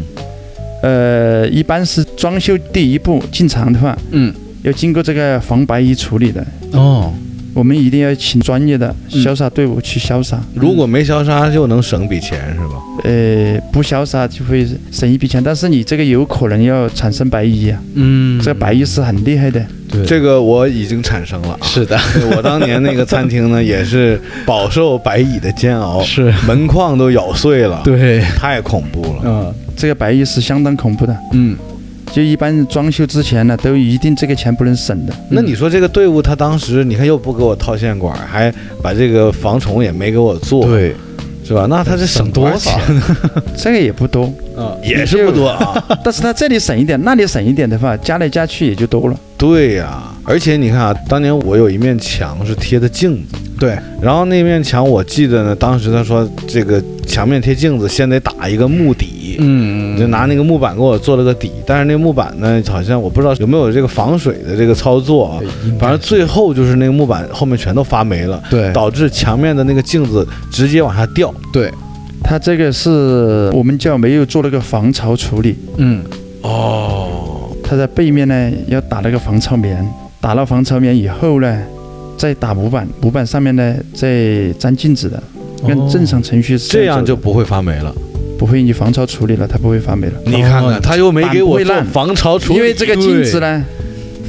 Speaker 2: 呃，一般是装修第一步进场的话，
Speaker 3: 嗯
Speaker 2: 要经过这个防白蚁处理的。
Speaker 3: 嗯哦，
Speaker 2: 我们一定要请专业的
Speaker 3: 嗯
Speaker 2: 潇洒队伍去潇洒，
Speaker 1: 如果没消杀，就能省笔钱是吧？
Speaker 2: 呃，不潇洒就会省一笔钱，但是你这个有可能要产生白蚁啊，
Speaker 3: 嗯
Speaker 2: 这个白蚁是很厉害的。
Speaker 3: 对
Speaker 1: 这个我已经产生了啊。
Speaker 3: 是的，
Speaker 1: 对我当年那个餐厅呢，也是饱受白蚁的煎熬，
Speaker 3: 是
Speaker 1: 门框都咬碎了，，
Speaker 3: 对，
Speaker 1: 太恐怖了。
Speaker 3: 嗯
Speaker 2: 这个白蚁是相当恐怖的，
Speaker 3: 嗯
Speaker 2: 就一般装修之前呢，都一定这个钱不能省的。
Speaker 3: 嗯
Speaker 1: 那你说这个队伍，他当时你看又不给我套线管，还把这个防虫也没给我做，，
Speaker 3: 对，
Speaker 1: 是吧？那他这省
Speaker 3: 多
Speaker 1: 少
Speaker 3: 少？
Speaker 2: 这个也不多，
Speaker 3: 嗯
Speaker 1: 也是不多 啊。
Speaker 2: 但是它这里省一点，那里省一点的话，加来加去也就多了。
Speaker 1: 对呀、而且你看啊，当年我有一面墙是贴的镜子，
Speaker 3: 对，
Speaker 1: 然后那面墙我记得呢，当时他说这个墙面贴镜子，先得打一个木底，
Speaker 3: 嗯
Speaker 1: 就拿那个木板给我做了个底，但是那木板呢，好像我不知道有没有这个防水的这个操作
Speaker 3: 哎
Speaker 1: 啊，反正最后就是那个木板后面全都发霉了，
Speaker 3: 对
Speaker 1: 导致墙面的那个镜子直接往下掉。
Speaker 3: 对，
Speaker 2: 它这个是我们叫没有做那个防潮处理，
Speaker 3: 嗯
Speaker 1: 哦，
Speaker 2: 它在背面呢要打那个防潮棉，打了防潮棉以后呢，再打模板，模板上面呢再粘镜子的，
Speaker 1: 哦
Speaker 2: 跟正常程序是
Speaker 1: 这样
Speaker 2: 走
Speaker 1: 就
Speaker 3: 哦
Speaker 2: 的
Speaker 1: 不会发霉了。
Speaker 2: 不会你防潮处理了，它不会发霉了。
Speaker 1: 你看看，他又没给我做防潮处理，
Speaker 2: 因为这个镜子
Speaker 1: 呢，
Speaker 2: 呢，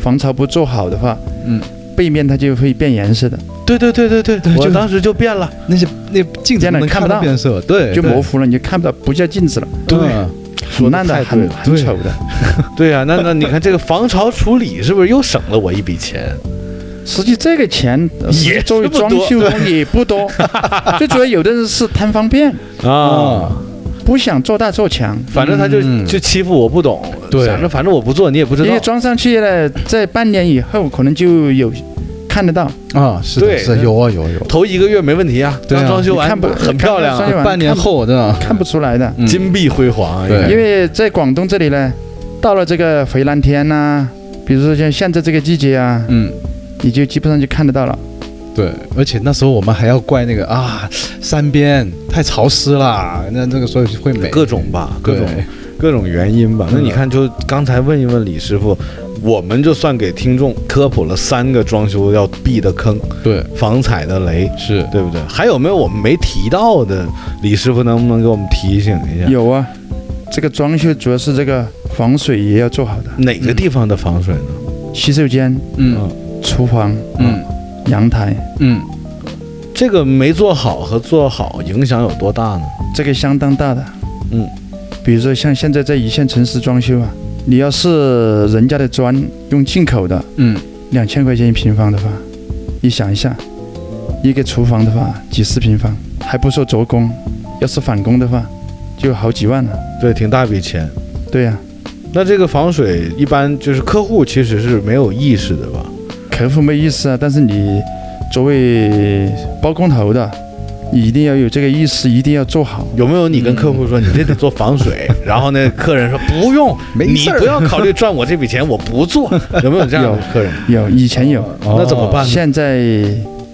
Speaker 2: 防潮不做好的话，
Speaker 3: 嗯，
Speaker 2: 背面它就会变颜色的，
Speaker 1: 对对对对对对，
Speaker 3: 我
Speaker 1: 我当时就变了。
Speaker 3: 那些那镜子
Speaker 2: 现在
Speaker 3: 能
Speaker 2: 看
Speaker 3: 看
Speaker 2: 不
Speaker 3: 到
Speaker 2: 到
Speaker 3: 变色，对，
Speaker 2: 就
Speaker 3: 对
Speaker 2: 模糊了，你就看不到，不叫镜子了，
Speaker 3: 嗯
Speaker 2: 腐烂的很很
Speaker 3: 对
Speaker 2: 丑的。
Speaker 1: 对啊呀、那那你看这个防潮处理是不是又省了我一笔钱？
Speaker 2: 实际这个钱呃实际
Speaker 1: 也
Speaker 2: 作为
Speaker 1: 是不
Speaker 2: 装
Speaker 1: 多
Speaker 2: 修工也 不多，最主要有的人是贪方便，
Speaker 1: 啊，
Speaker 2: 不想做大做强。
Speaker 1: 反正他就、
Speaker 3: 嗯
Speaker 1: 就欺负我不懂，
Speaker 3: 对
Speaker 1: 反正反正我不做你也不知
Speaker 2: 因
Speaker 1: 道
Speaker 2: 为，装上去了，在半年以后可能就有看得到，
Speaker 3: 啊，是
Speaker 1: 对
Speaker 3: 的，是的有啊有啊有啊，
Speaker 1: 头一个月没问题啊，
Speaker 3: 对啊
Speaker 1: 刚装修完
Speaker 2: 你看不
Speaker 1: 很漂亮、
Speaker 2: 你
Speaker 1: 啊，
Speaker 2: 看不出来
Speaker 3: 半年后真的
Speaker 2: 看不出来的。
Speaker 3: 嗯
Speaker 1: 金碧辉煌啊，
Speaker 3: 对
Speaker 2: 因为在广东这里呢，到了这个回南天呐、比如说像现在这个季节啊，
Speaker 3: 嗯。
Speaker 2: 你就基本上就看得到了。
Speaker 3: 对，而且那时候我们还要怪那个啊，山边太潮湿了，那这个所以会美。
Speaker 1: 各种吧，各
Speaker 3: 对
Speaker 1: 种各种原因吧。那你看，就刚才问一问李师傅，我们就算给听众科普了三个装修要避的坑，
Speaker 3: 对
Speaker 1: 防踩的雷，
Speaker 3: 是，
Speaker 1: 对不对？还有没有我们没提到的？李师傅能不能给我们提醒一下？
Speaker 2: 有啊，这个装修主要是这个防水也要做好的，
Speaker 1: 哪个地方的防水呢？
Speaker 2: 洗手间、
Speaker 3: 嗯
Speaker 2: 厨房、
Speaker 3: 嗯
Speaker 2: 阳台，
Speaker 3: 嗯
Speaker 1: 这个没做好和做好影响有多大呢？
Speaker 2: 这个相当大的。
Speaker 1: 嗯，
Speaker 2: 比如说像现在在一线城市装修啊，你要是人家的砖用进口的，
Speaker 3: 嗯，
Speaker 2: 两千块钱一平方的话，你想一下，一个厨房的话几十平方，还不说做工，要是返工的话，就好几万了。
Speaker 1: 对，挺大笔钱。
Speaker 2: 对呀、
Speaker 1: 那这个防水一般就是客户其实是没有意识的吧？
Speaker 2: 客户没意思啊，但是你作为包工头的，你一定要有这个意识，一定要做好。
Speaker 1: 有没有你跟客户说你这得做防水， 然后呢，客人说不用，
Speaker 3: 没
Speaker 1: 你
Speaker 3: 事儿
Speaker 1: 不要考虑赚我这笔钱，我不做。有没有这样的客人？
Speaker 2: 有以前有，
Speaker 1: 那怎么办呢？
Speaker 2: 现在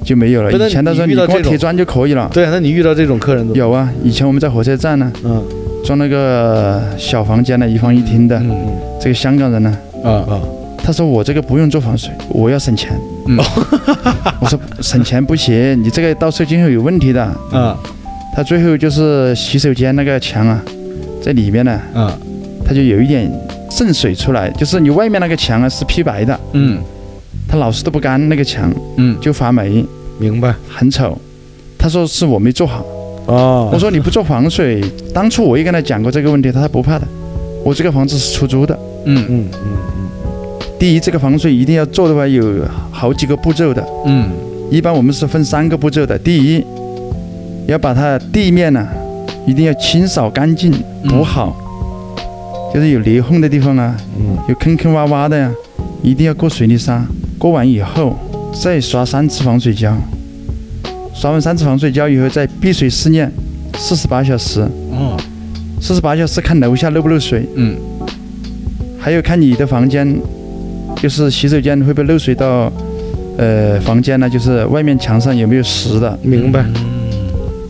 Speaker 2: 就没有了。
Speaker 1: 不是
Speaker 2: 以前他说
Speaker 1: 你
Speaker 2: 你
Speaker 1: 遇
Speaker 2: 给
Speaker 1: 到
Speaker 2: 我
Speaker 1: 这种
Speaker 2: 贴砖就可以了。
Speaker 1: 对啊，那你遇到这种客人怎么？
Speaker 2: 有啊，以前我们在火车站呢，
Speaker 1: 嗯
Speaker 2: 装那个小房间的，一房一厅的。
Speaker 1: 嗯
Speaker 2: 这个香港人呢，
Speaker 3: 啊
Speaker 1: 啊，
Speaker 2: 他说我这个不用做防水，我要省钱。
Speaker 3: 嗯
Speaker 2: 我说省钱不行，你这个到时候今后有问题的。
Speaker 3: 啊
Speaker 2: 他最后就是洗手间那个墙啊，在里面呢，
Speaker 3: 啊
Speaker 2: 它就有一点渗水出来，就是你外面那个墙啊是披白的，
Speaker 3: 嗯
Speaker 2: 它老是都不干那个墙，
Speaker 3: 嗯
Speaker 2: 就发霉，
Speaker 1: 明白
Speaker 2: 很丑。他说是我没做好，
Speaker 1: 哦
Speaker 2: 我说你不做防水，当初我也跟他讲过这个问题，他说不怕的，我这个房子是出租的。
Speaker 3: 嗯
Speaker 1: 嗯嗯
Speaker 2: 第一，这个防水一定要做的话有好几个步骤的，
Speaker 3: 嗯
Speaker 2: 一般我们是分三个步骤的。第一，要把它地面呢、一定要清扫干净，补好，就是有裂缝的地方啊，
Speaker 1: 嗯
Speaker 2: 有坑坑洼洼的呀、一定要过水泥沙。过完以后，再刷三次防水胶。刷完三次防水胶以后，再闭水试验四十八小时。
Speaker 3: 哦
Speaker 2: 四十八小时看楼下漏不漏水，
Speaker 3: 嗯
Speaker 2: 还有看你的房间，就是洗手间会不会漏水到，呃，房间呢，就是外面墙上有没有石的。
Speaker 1: 嗯，明白。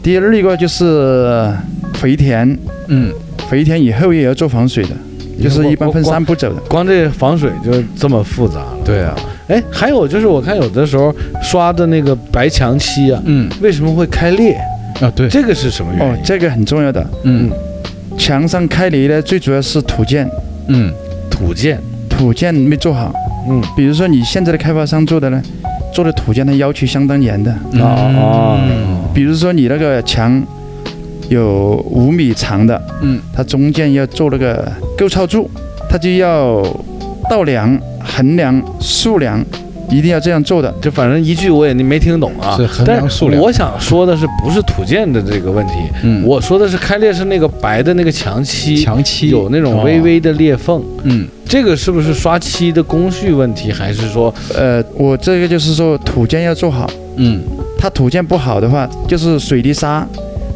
Speaker 2: 第二一个就是肥田，
Speaker 3: 嗯
Speaker 2: 肥田以后也要做防水的，就是一般分三
Speaker 1: 光。
Speaker 2: 步走的。
Speaker 1: 光这防水就这么复杂了，
Speaker 3: 对啊
Speaker 1: 哎，还有就是我看有的时候刷的那个白墙漆啊，
Speaker 3: 嗯
Speaker 1: 为什么会开裂？
Speaker 3: 啊对
Speaker 1: 这个是什么原因？
Speaker 2: 哦，这个很重要的。
Speaker 3: 嗯
Speaker 2: 墙上开裂呢，最主要是土建，
Speaker 3: 嗯
Speaker 1: 土建，
Speaker 2: 土建没做好。
Speaker 1: 嗯，
Speaker 2: 比如说你现在的开发商做的呢，做的土建它要求相当严的。
Speaker 3: 嗯
Speaker 1: 啊哦
Speaker 2: 比如说你那个墙有五米长的，
Speaker 3: 嗯
Speaker 2: 它中间要做那个构造柱，它就要倒梁、横梁、竖梁，一定要这样做的。
Speaker 1: 这反正一句我也没听懂啊。
Speaker 3: 是衡量
Speaker 1: 但是
Speaker 3: 数量
Speaker 1: 我想说的是，不是土建的这个问题，
Speaker 3: 嗯
Speaker 1: 我说的是开裂是那个白的那个墙漆
Speaker 3: 墙漆
Speaker 1: 有那种微微的裂缝，
Speaker 3: 哦嗯
Speaker 1: 这个是不是刷漆的工序问题，还是说
Speaker 2: 呃，我这个就是说土建要做好，
Speaker 3: 嗯
Speaker 2: 它土建不好的话，就是水泥沙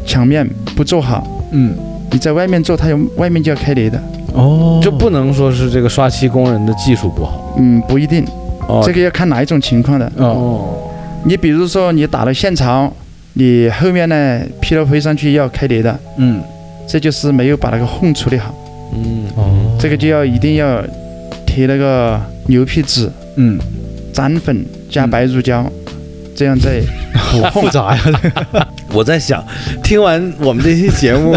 Speaker 2: 墙面不做好，
Speaker 3: 嗯，
Speaker 2: 你在外面做，它有外面就要开雷的。
Speaker 3: 哦
Speaker 1: 就不能说是这个刷漆工人的技术不好。
Speaker 2: 嗯，不一定，
Speaker 1: 哦
Speaker 2: 这个要看哪一种情况的。
Speaker 3: 哦，
Speaker 1: 哦，
Speaker 2: 你比如说你打了现槽，你后面呢劈了灰上去要开雷的，
Speaker 3: 嗯，
Speaker 2: 这就是没有把那个缝处理好，
Speaker 1: 嗯，
Speaker 3: 哦，
Speaker 2: 这个就要一定要贴那个牛皮纸、
Speaker 3: 嗯，
Speaker 2: 粘粉加白乳胶，
Speaker 1: 嗯
Speaker 2: 这样再补
Speaker 3: 好
Speaker 2: 缝
Speaker 3: 复。杂 呀，
Speaker 1: 我在想，听完我们这期节目，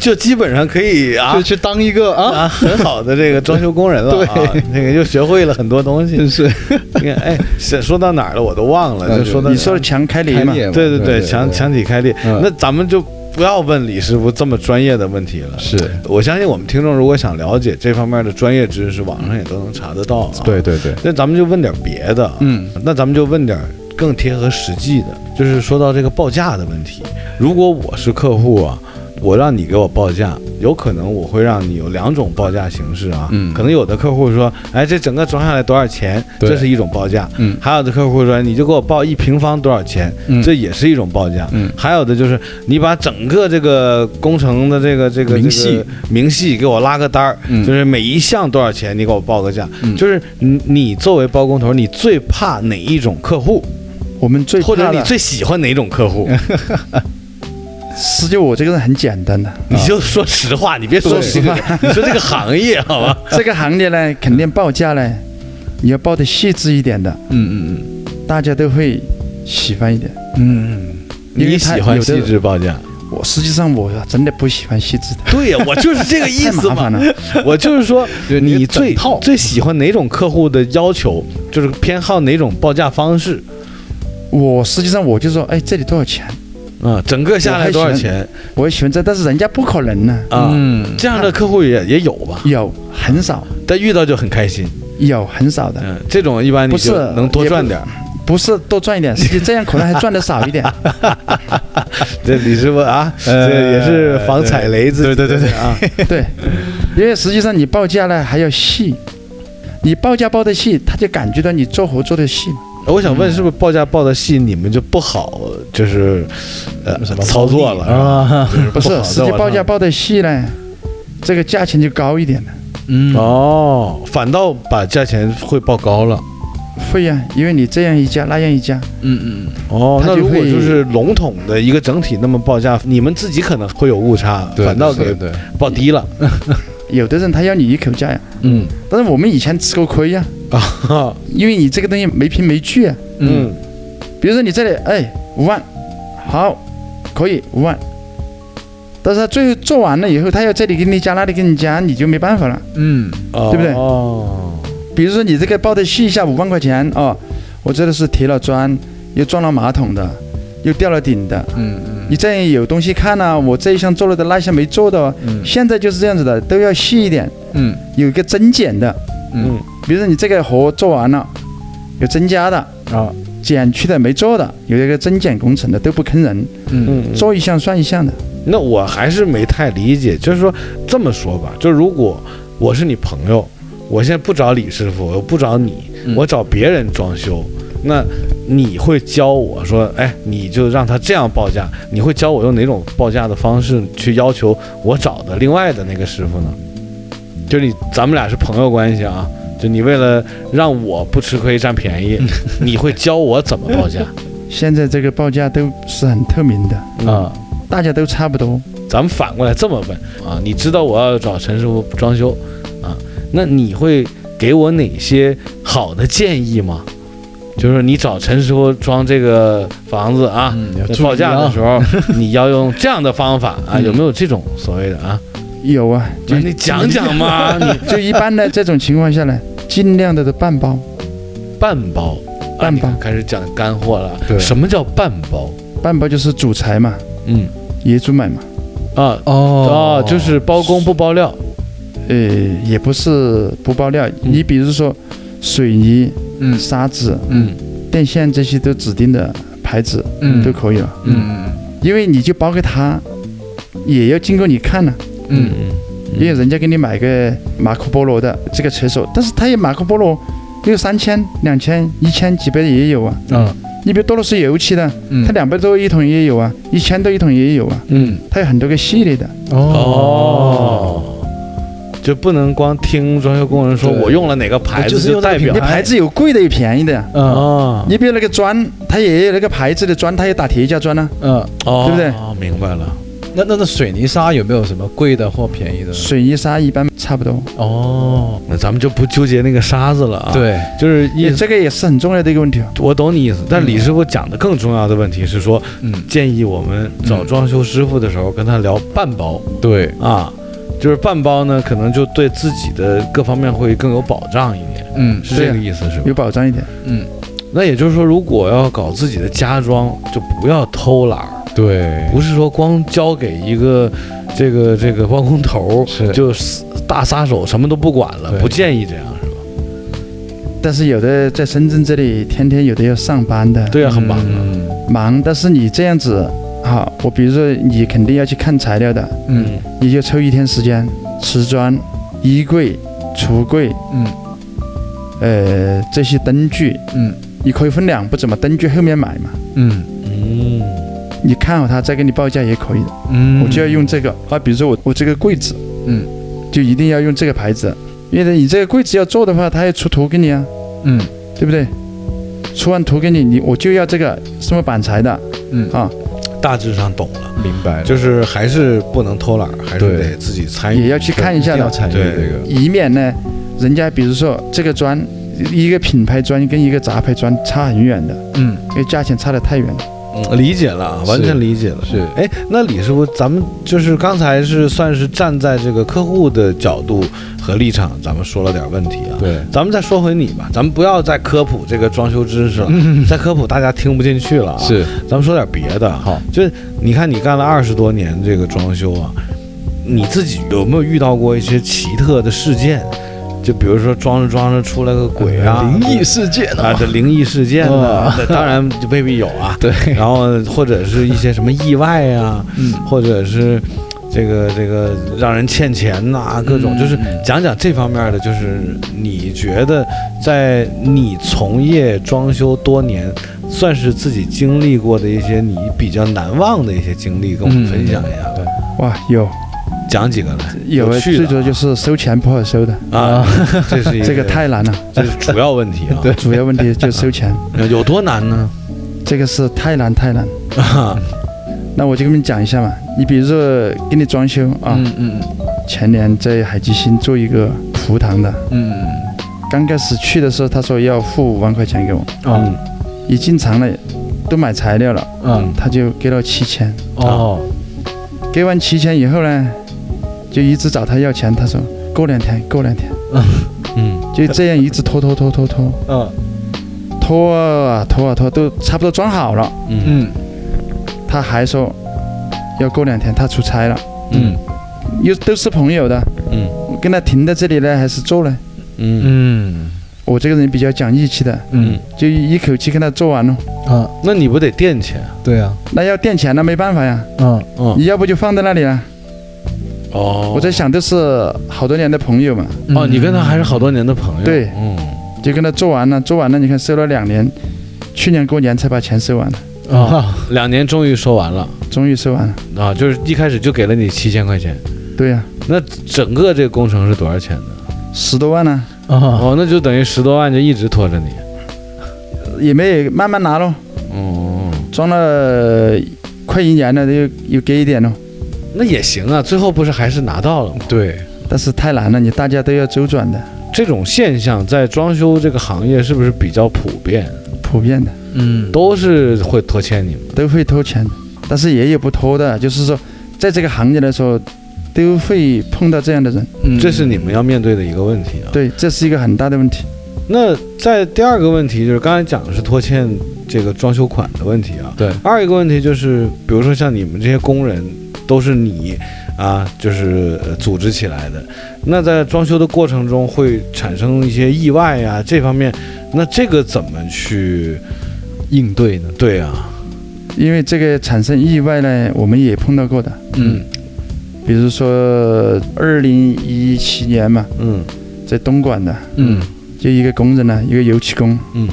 Speaker 1: 就基本上可以啊
Speaker 3: 就去当一个啊，
Speaker 1: 啊，很好的这个装修工人了啊，那个又学会了很多东西
Speaker 3: 真。是
Speaker 1: 你看，哎，是说到哪儿了？我都忘了，
Speaker 3: 那
Speaker 1: 就
Speaker 3: 就
Speaker 1: 说到
Speaker 2: 你说的墙开雷嘛，
Speaker 1: 对对对，墙
Speaker 3: 强强
Speaker 1: 墙体开裂。
Speaker 3: 嗯
Speaker 1: 那咱们就不要问李师傅这么专业的问题了。
Speaker 3: 是，
Speaker 1: 我相信我们听众如果想了解这方面的专业知识，网上也都能查得到啊。
Speaker 3: 对对对，
Speaker 1: 那咱们就问点别的，啊
Speaker 3: 嗯，
Speaker 1: 那咱们就问点更贴合实际的，就是说到这个报价的问题。如果我是客户啊，我让你给我报价，有可能我会让你有两种报价形式啊，
Speaker 3: 嗯
Speaker 1: 可能有的客户说，哎，这整个装下来多少钱，
Speaker 3: 对
Speaker 1: 这是一种报价，
Speaker 3: 嗯
Speaker 1: 还有的客户说，你就给我报一平方多少钱，
Speaker 3: 嗯
Speaker 1: 这也是一种报价，
Speaker 3: 嗯
Speaker 1: 还有的就是你把整个这个工程的这个这个
Speaker 3: 明
Speaker 1: 这个
Speaker 3: 细
Speaker 1: 明细给我拉个单儿，
Speaker 3: 嗯
Speaker 1: 就是每一项多少钱，你给我报个价，
Speaker 3: 嗯
Speaker 1: 就是你你作为包工头，你最怕哪一种客户，
Speaker 2: 我们最
Speaker 1: 或
Speaker 2: 怕
Speaker 1: 者你
Speaker 2: 的，
Speaker 1: 最喜欢哪种客 户？
Speaker 3: 啊
Speaker 2: 是就我这个人很简 单的，
Speaker 1: 你就说实话，你别说
Speaker 3: 对
Speaker 1: 这个，你说这个行业好吧？
Speaker 2: 这个行业呢， 肯定报价呢，你要报的细致一点的，
Speaker 3: 嗯嗯
Speaker 2: 大家都会喜欢一点。
Speaker 3: 嗯嗯，
Speaker 2: 因
Speaker 1: 你
Speaker 2: 为他
Speaker 1: 喜欢
Speaker 2: 有的
Speaker 1: 细致报价？
Speaker 2: 我实际上我真的不喜欢细致的，
Speaker 1: 对呀，我就是这个意
Speaker 2: 太
Speaker 1: 思嘛
Speaker 2: 麻烦。了。
Speaker 1: 我就是 说，
Speaker 3: 对你
Speaker 1: 你
Speaker 3: 整
Speaker 1: 最
Speaker 3: 套
Speaker 1: 最喜欢哪种客户的要求，就是偏好哪种报价方式
Speaker 2: 我实际上我就说，哎，这里多少钱？
Speaker 1: 啊？整个下来多少钱
Speaker 2: 我也喜欢这，但是人家不可能呢、
Speaker 1: 啊？
Speaker 3: 嗯
Speaker 1: 这样的客户也也有吧，
Speaker 2: 有很少，
Speaker 1: 但遇到就很开心。
Speaker 2: 有很少的，
Speaker 1: 嗯，这种一般你
Speaker 2: 不是
Speaker 1: 就能多赚点儿。
Speaker 2: 不是多赚一点，实际这样可能还赚的少 一点。
Speaker 1: 这李师傅 啊，
Speaker 3: 呃
Speaker 1: 这也是防踩雷子。
Speaker 3: 对对对对
Speaker 1: 啊，
Speaker 2: 对，因为实际上你报价呢还要细，你报价报的细，他就感觉到你做活做的细。
Speaker 1: 哎我想问，是不是报价报的细，你们就不好就是呃
Speaker 3: 什么
Speaker 1: 操作了？
Speaker 3: 啊，
Speaker 1: 是吧
Speaker 2: 不是，实际报价。报的细呢，这个价钱就高一点了。
Speaker 3: 嗯
Speaker 1: 不好在网上哦，反倒把价钱会报高了。
Speaker 2: 会呀、因为你这样一家那样一家，
Speaker 3: 嗯嗯
Speaker 1: 哦，
Speaker 2: 它
Speaker 1: 那
Speaker 2: 就
Speaker 1: 如果
Speaker 2: 会
Speaker 1: 就是笼统的一个整体那么报价，你们自己可能会有误差，
Speaker 3: 嗯，
Speaker 1: 啊反倒给
Speaker 3: 对，
Speaker 1: 报低了。
Speaker 2: 有的人他要你一口价呀，
Speaker 3: 嗯
Speaker 2: 但是我们以前吃过亏呀，
Speaker 1: 啊，
Speaker 2: 因为你这个东西没凭没据啊。
Speaker 3: 嗯
Speaker 1: 嗯，
Speaker 2: 比如说你这里哎五万，好，可以五万，但是他最后做完了以后，他要这里给你加，那里给你加，你就没办法了。
Speaker 3: 嗯
Speaker 1: 对
Speaker 2: 对不对
Speaker 1: 哦，
Speaker 2: 比如说你这个报的细一下五万块钱哦，我这里是贴了砖，又装了马桶的，又吊了顶的，
Speaker 3: 嗯
Speaker 2: 你这样有东西看呐、啊我这一项做了的，那一项没做的哦，
Speaker 3: 嗯
Speaker 2: 现在就是这样子的，都要细一点，
Speaker 3: 嗯
Speaker 2: 有一个增减的，
Speaker 3: 嗯
Speaker 2: 比如说你这个活做完了，有增加的。
Speaker 3: 啊
Speaker 2: 减去的没做的，有一个增减工程的都不坑人，
Speaker 3: 嗯
Speaker 1: 嗯，
Speaker 2: 做一项算一项的。
Speaker 1: 那我还是没太理解，就是说这么说吧，就如果我是你朋友，我现在不找李师傅，我不找你，
Speaker 3: 嗯
Speaker 1: 我找别人装修，那你会教我说，哎，你就让他这样报价，你会教我用哪种报价的方式去要求我找的另外的那个师傅呢？就你咱们俩是朋友关系啊，就你为了让我不吃亏占便宜，你会教我怎么报价
Speaker 2: 现在这个报价都是很透明的，
Speaker 1: 啊？
Speaker 2: 大家都差不多。
Speaker 1: 咱们反过来这么问啊，你知道我要找陈师傅装修啊，那你会给我哪些好的建议吗？就是你找陈师傅装这个房子啊，
Speaker 3: 嗯要
Speaker 1: 在
Speaker 3: 注
Speaker 1: 报
Speaker 3: 意
Speaker 1: 价的
Speaker 3: 啊
Speaker 1: 时候 你要用这样的方法啊，
Speaker 3: 嗯
Speaker 1: 有没有这种所谓的啊？
Speaker 2: 有啊，
Speaker 1: 就你讲讲嘛，你
Speaker 2: 就一般呢这种情况下呢，尽量的都半包。
Speaker 1: 半包，啊
Speaker 2: 半包
Speaker 1: 你开始讲干货了。
Speaker 3: 对
Speaker 1: 什么叫半包？
Speaker 2: 半包就是主材嘛，
Speaker 1: 嗯
Speaker 2: 业主买嘛。
Speaker 1: 啊
Speaker 3: 哦
Speaker 1: 啊，就是包工不包料。
Speaker 2: 呃，也不是不爆料，你比如说水泥、
Speaker 3: 嗯
Speaker 2: 沙子、
Speaker 3: 嗯
Speaker 2: 电线这些都指定的牌子
Speaker 3: 嗯
Speaker 2: 都可以了，
Speaker 3: 嗯
Speaker 2: 因为你就包给他，也要经过你看呢、
Speaker 3: 嗯
Speaker 2: 也有人家给你买个马可波罗的这个车手，但是他也马可波罗，也有三千、两千、一千、几百的也有啊。
Speaker 3: 嗯
Speaker 2: 你比如多乐士油漆的，
Speaker 3: 嗯
Speaker 2: 它两百多一桶也有啊，一千多一桶也有啊，
Speaker 1: 嗯，
Speaker 2: 它有很多个系列的。
Speaker 3: 嗯
Speaker 1: 哦，就不能光听装修工人说
Speaker 3: 对
Speaker 1: 我用了哪个牌
Speaker 3: 就
Speaker 1: 子
Speaker 3: 是用那
Speaker 1: 代
Speaker 3: 个
Speaker 1: 表
Speaker 2: 你
Speaker 3: 品牌
Speaker 2: 牌子有贵的，有便宜的。
Speaker 3: 嗯
Speaker 1: 哦
Speaker 2: 你比如那个砖，它也有那个牌子的砖，它也打铁价砖啊呢、
Speaker 3: 嗯，
Speaker 1: 哦，
Speaker 2: 对不对？
Speaker 1: 明白了。
Speaker 3: 那那那水泥沙有没有什么贵的或便宜的？
Speaker 2: 水泥沙一般差不多。
Speaker 3: 哦，
Speaker 1: 那咱们就不纠结那个沙子了啊。，
Speaker 3: 对，
Speaker 1: 就是意
Speaker 2: 也
Speaker 1: 思，
Speaker 2: 这个也是很重要的一个问题啊。
Speaker 1: 我懂你意思。但李师傅讲的更重要的问题是说，
Speaker 3: 嗯，
Speaker 1: 建议我们找装修师傅的时候跟他聊半包
Speaker 3: 对，
Speaker 1: 啊，就是半包呢，可能就对自己的各方面会更有保障一点，
Speaker 3: 嗯
Speaker 1: 是
Speaker 2: 对
Speaker 1: 这
Speaker 2: 啊
Speaker 1: 个意思是吧
Speaker 2: 有？保障一点。
Speaker 3: 嗯，
Speaker 1: 那也就是说，如果要搞自己的家装，就不要偷懒儿。
Speaker 3: 对，
Speaker 1: 不是说光交给一个这个这个包工头儿
Speaker 3: 是
Speaker 1: 就死大撒手，什么都不管了，
Speaker 3: 对
Speaker 1: 不建议这样是吧？
Speaker 2: 但是有的在深圳这里，天天有的要上班的，
Speaker 1: 对啊，很忙。
Speaker 3: 嗯
Speaker 2: 忙。但是你这样子，啊，我比如说你肯定要去看材料的，
Speaker 3: 嗯
Speaker 2: 你就抽一天时间，瓷砖、衣柜、橱柜，
Speaker 3: 嗯
Speaker 2: 呃，这些灯具，
Speaker 3: 嗯
Speaker 2: 你可以分两步走嘛，灯具后面买嘛，
Speaker 3: 嗯
Speaker 1: 嗯，
Speaker 2: 你看好它再给你报价也可以的。
Speaker 3: 嗯，
Speaker 2: 我就要用这个啊，比如说我我这个柜子，
Speaker 3: 嗯，
Speaker 2: 就一定要用这个牌子，因为你这个柜子要做的话，它要出图给你啊，
Speaker 3: 嗯
Speaker 2: 对不对？出完图给你，你我就要这个什么板材的，
Speaker 3: 嗯
Speaker 2: 啊，
Speaker 1: 大致上懂了，
Speaker 3: 明白了，
Speaker 1: 就是还是不能偷懒儿，还是
Speaker 3: 对
Speaker 1: 得自己参
Speaker 2: 也
Speaker 1: 与。
Speaker 2: 要去看一下
Speaker 3: 定要
Speaker 2: 的。
Speaker 3: 参与
Speaker 1: 对
Speaker 3: 这个，
Speaker 2: 以免呢，人家比如说这个砖，一个品牌砖跟一个杂牌砖差很远的，
Speaker 3: 嗯，
Speaker 2: 因为价钱差得太远了。
Speaker 1: 嗯理解了啊，完全理解了。
Speaker 3: 是
Speaker 1: 哎，那李师傅，咱们就是刚才是算是站在这个客户的角度和立场，咱们说了点问题啊。
Speaker 3: 对，
Speaker 1: 咱们再说回你吧，咱们不要再科普这个装修知 识了，再科普大家听不进去了啊。
Speaker 3: 是
Speaker 1: 咱们说点别的，
Speaker 3: 好，
Speaker 1: 就是你看你干了二十多年这个装修啊，你自己有没有遇到过一些奇特的事件？就比如说装着装着出来个鬼啊，
Speaker 3: 灵异事件
Speaker 1: 啊，
Speaker 3: 啊，
Speaker 1: 这灵异事件呢，那当然就未必有啊。
Speaker 3: 对，
Speaker 1: 然后或者是一些什么意外啊，
Speaker 3: 嗯
Speaker 1: 或者是这个这个让人欠钱呐、各种
Speaker 3: 嗯
Speaker 1: 就是
Speaker 3: 嗯
Speaker 1: 讲讲这方面的，就是你觉得在你从业装修多年，算是自己经历过的一些你比较难忘的一些经历，跟我们
Speaker 3: 嗯
Speaker 1: 分享一下，
Speaker 2: 哇，有
Speaker 1: 讲几个来。
Speaker 2: 有
Speaker 1: 有
Speaker 2: 啊，
Speaker 1: 趣
Speaker 2: 最
Speaker 1: 的
Speaker 2: 主要就是收钱不好收的，
Speaker 1: 啊， 这是一
Speaker 2: 这个太难了。
Speaker 1: 这是主要问题啊。
Speaker 3: 对
Speaker 2: 主要问题就是收钱，
Speaker 1: 对，有多难呢？
Speaker 2: 这个是太难太难。
Speaker 1: 啊，
Speaker 2: 那我就跟你们讲一下嘛，你比如说给你装修啊，
Speaker 3: 嗯嗯
Speaker 2: 前年在海基星做一个图堂的，
Speaker 3: 嗯，
Speaker 2: 刚开始去的时候他说要付五万块钱给我，
Speaker 1: 嗯
Speaker 3: 哦
Speaker 2: 一进场了，都买材料了，
Speaker 3: 嗯
Speaker 2: 他就给了七千，
Speaker 1: 啊
Speaker 3: 哦，
Speaker 2: 给完七千以后呢，就一直找他要钱，他说过两天过两天，
Speaker 1: 嗯
Speaker 2: 就这样一直拖拖拖拖拖
Speaker 3: 嗯
Speaker 2: 拖啊拖啊拖，都差不多装好了，
Speaker 1: 嗯
Speaker 3: 嗯
Speaker 2: 他还说要过两天，他出差了，
Speaker 1: 嗯
Speaker 2: 又都是朋友的，
Speaker 1: 嗯
Speaker 2: 我跟他停在这里呢，还是做呢？
Speaker 1: 嗯
Speaker 3: 嗯
Speaker 2: 我这个人比较讲义气的，
Speaker 1: 嗯
Speaker 3: 嗯，
Speaker 2: 就一口气跟他做完了。
Speaker 3: 啊，
Speaker 1: 那你不得垫钱？
Speaker 3: 对啊，
Speaker 2: 那要垫钱，那没办法呀，
Speaker 3: 嗯
Speaker 1: 嗯
Speaker 2: 你要不就放在那里了。
Speaker 1: 哦
Speaker 2: 我在想，都是好多年的朋友嘛，
Speaker 3: 嗯
Speaker 1: 哦，你跟他还是好多年的朋友。
Speaker 2: 对
Speaker 1: 嗯，
Speaker 2: 就跟他做完了，做完了，你看收了两年，去年过年才把钱收完了，
Speaker 3: 啊，
Speaker 1: 两年终于收完了
Speaker 2: 终于收完了。
Speaker 1: 啊，就是一开始就给了你七千块钱，
Speaker 2: 对呀、
Speaker 1: 那整个这个工程是多少钱呢？
Speaker 2: 十多万呢、
Speaker 3: 啊，
Speaker 1: 哦，那就等于十多万就一直拖着你。
Speaker 2: 也没有慢慢拿咯，
Speaker 1: 嗯，
Speaker 3: 哦
Speaker 2: 装了快一年了，又又给一点咯。
Speaker 1: 那也行啊，最后不是还是拿到了吗？
Speaker 3: 对，
Speaker 2: 但是太难了，你大家都要周转的，
Speaker 1: 这种现象在装修这个行业是不是比较普遍？
Speaker 2: 普遍的
Speaker 3: 嗯
Speaker 1: 都是会拖欠你们。
Speaker 2: 都会拖钱的，但是也有不拖的，就是说，在这个行业来说，都会碰到这样的人。
Speaker 3: 嗯
Speaker 1: 这是你们要面对的一个问题啊。
Speaker 2: 对，这是一个很大的问题。
Speaker 3: 嗯
Speaker 1: 那在第二个问题就是刚才讲的是拖欠这个装修款的问题啊。
Speaker 3: 对，
Speaker 1: 二一个问题就是，比如说像你们这些工人，都是你啊，就是呃组织起来的。那在装修的过程中会产生一些意外呀、这方面，那这个怎么去
Speaker 3: 应对呢，
Speaker 1: 对啊？
Speaker 2: 因为这个产生意外呢，我们也碰到过的。
Speaker 3: 嗯
Speaker 2: 比如说二零一七年嘛，
Speaker 1: 嗯
Speaker 2: 在东莞的，
Speaker 3: 嗯
Speaker 2: 就一个工人呢，一个油漆工，
Speaker 1: 嗯，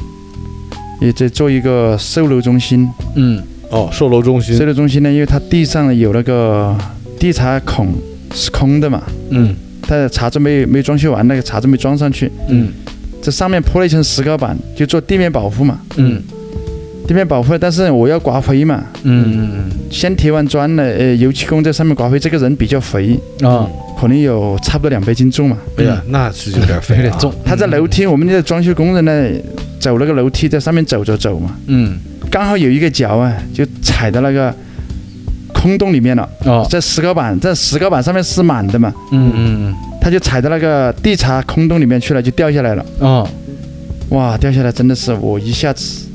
Speaker 2: 也在做一个售楼中心。
Speaker 3: 嗯
Speaker 1: 哦，售楼中
Speaker 2: 售
Speaker 1: 心，
Speaker 2: 楼中心呢，因为它地上有那个地查孔是空的嘛，
Speaker 3: 嗯
Speaker 2: 它的碴子没没装修完，那个碴子没装上去，
Speaker 3: 嗯
Speaker 2: 这上面铺了一层石膏板，就做地面保护嘛。
Speaker 3: 嗯
Speaker 2: 地面保护，但是我要刮灰嘛，
Speaker 3: 嗯
Speaker 2: 先贴完砖了，呃，油漆工在上面刮灰，这个人比较肥，
Speaker 3: 嗯啊，
Speaker 2: 可能有差不多两百斤重嘛。
Speaker 1: 哎呀，那是有点肥
Speaker 3: 嗯 有
Speaker 1: 了啊
Speaker 3: 点重，。
Speaker 2: 他在楼
Speaker 3: 嗯
Speaker 2: 梯，我们那装修工人呢，走那个楼梯，在上面走走走嘛，
Speaker 3: 嗯
Speaker 2: 刚好有一个脚啊，就踩到那个空洞里面了。
Speaker 3: 哦
Speaker 2: 在石膏板，在石膏板上面是满的嘛，
Speaker 3: 嗯
Speaker 2: 他就踩到那个地碴空洞里面去了，就掉下来了。
Speaker 3: 嗯哦，
Speaker 2: 哇，掉下来真的是我一下子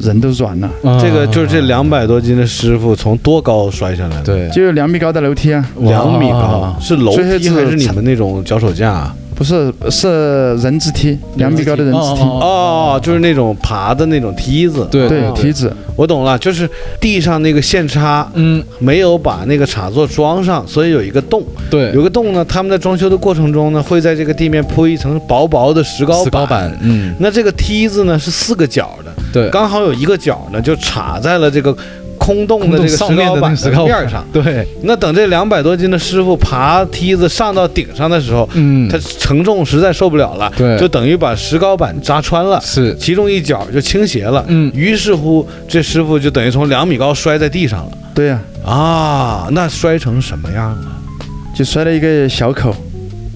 Speaker 2: 人都软了，
Speaker 3: 啊
Speaker 1: 这个就是这两百多斤的师傅从多高摔下来的？，
Speaker 3: 对哦
Speaker 2: 就有两米高的楼梯啊，
Speaker 1: 两米高
Speaker 3: 哇，
Speaker 1: 是楼
Speaker 2: 最后
Speaker 1: 梯
Speaker 2: 是
Speaker 1: 还是你们那种脚手架啊？
Speaker 2: 不是是人字梯，两米高的人字梯，
Speaker 3: 哦
Speaker 1: 哦，就是那种爬的那种梯子。
Speaker 3: 对
Speaker 2: 对，梯子，
Speaker 1: 我懂了，就是地上那个线插
Speaker 3: 嗯
Speaker 1: 没有把那个插座装上，所以有一个洞。
Speaker 3: 对
Speaker 1: 有个洞呢，他们在装修的过程中呢，会在这个地面铺一层薄薄的石膏
Speaker 3: 石膏板，嗯
Speaker 1: 那这个梯子呢是四个角的，
Speaker 3: 对
Speaker 1: 刚好有一个角呢就插在了这个空洞的这个石
Speaker 3: 空洞上面
Speaker 1: 膏
Speaker 3: 的那
Speaker 1: 板
Speaker 3: 个石膏板
Speaker 1: 面上。
Speaker 3: 对
Speaker 1: 那等这两百多斤的师傅爬梯子上到顶上的时候，
Speaker 3: 嗯
Speaker 1: 他承重实在受不了了，
Speaker 3: 对
Speaker 1: 就等于把石膏板扎穿了，
Speaker 3: 是
Speaker 1: 其中一角就倾斜了。
Speaker 3: 嗯
Speaker 1: 于是乎这师傅就等于从两米高摔在地上了
Speaker 2: 对呀、
Speaker 1: 啊！那摔成什么样了？
Speaker 2: 就摔了一个小口，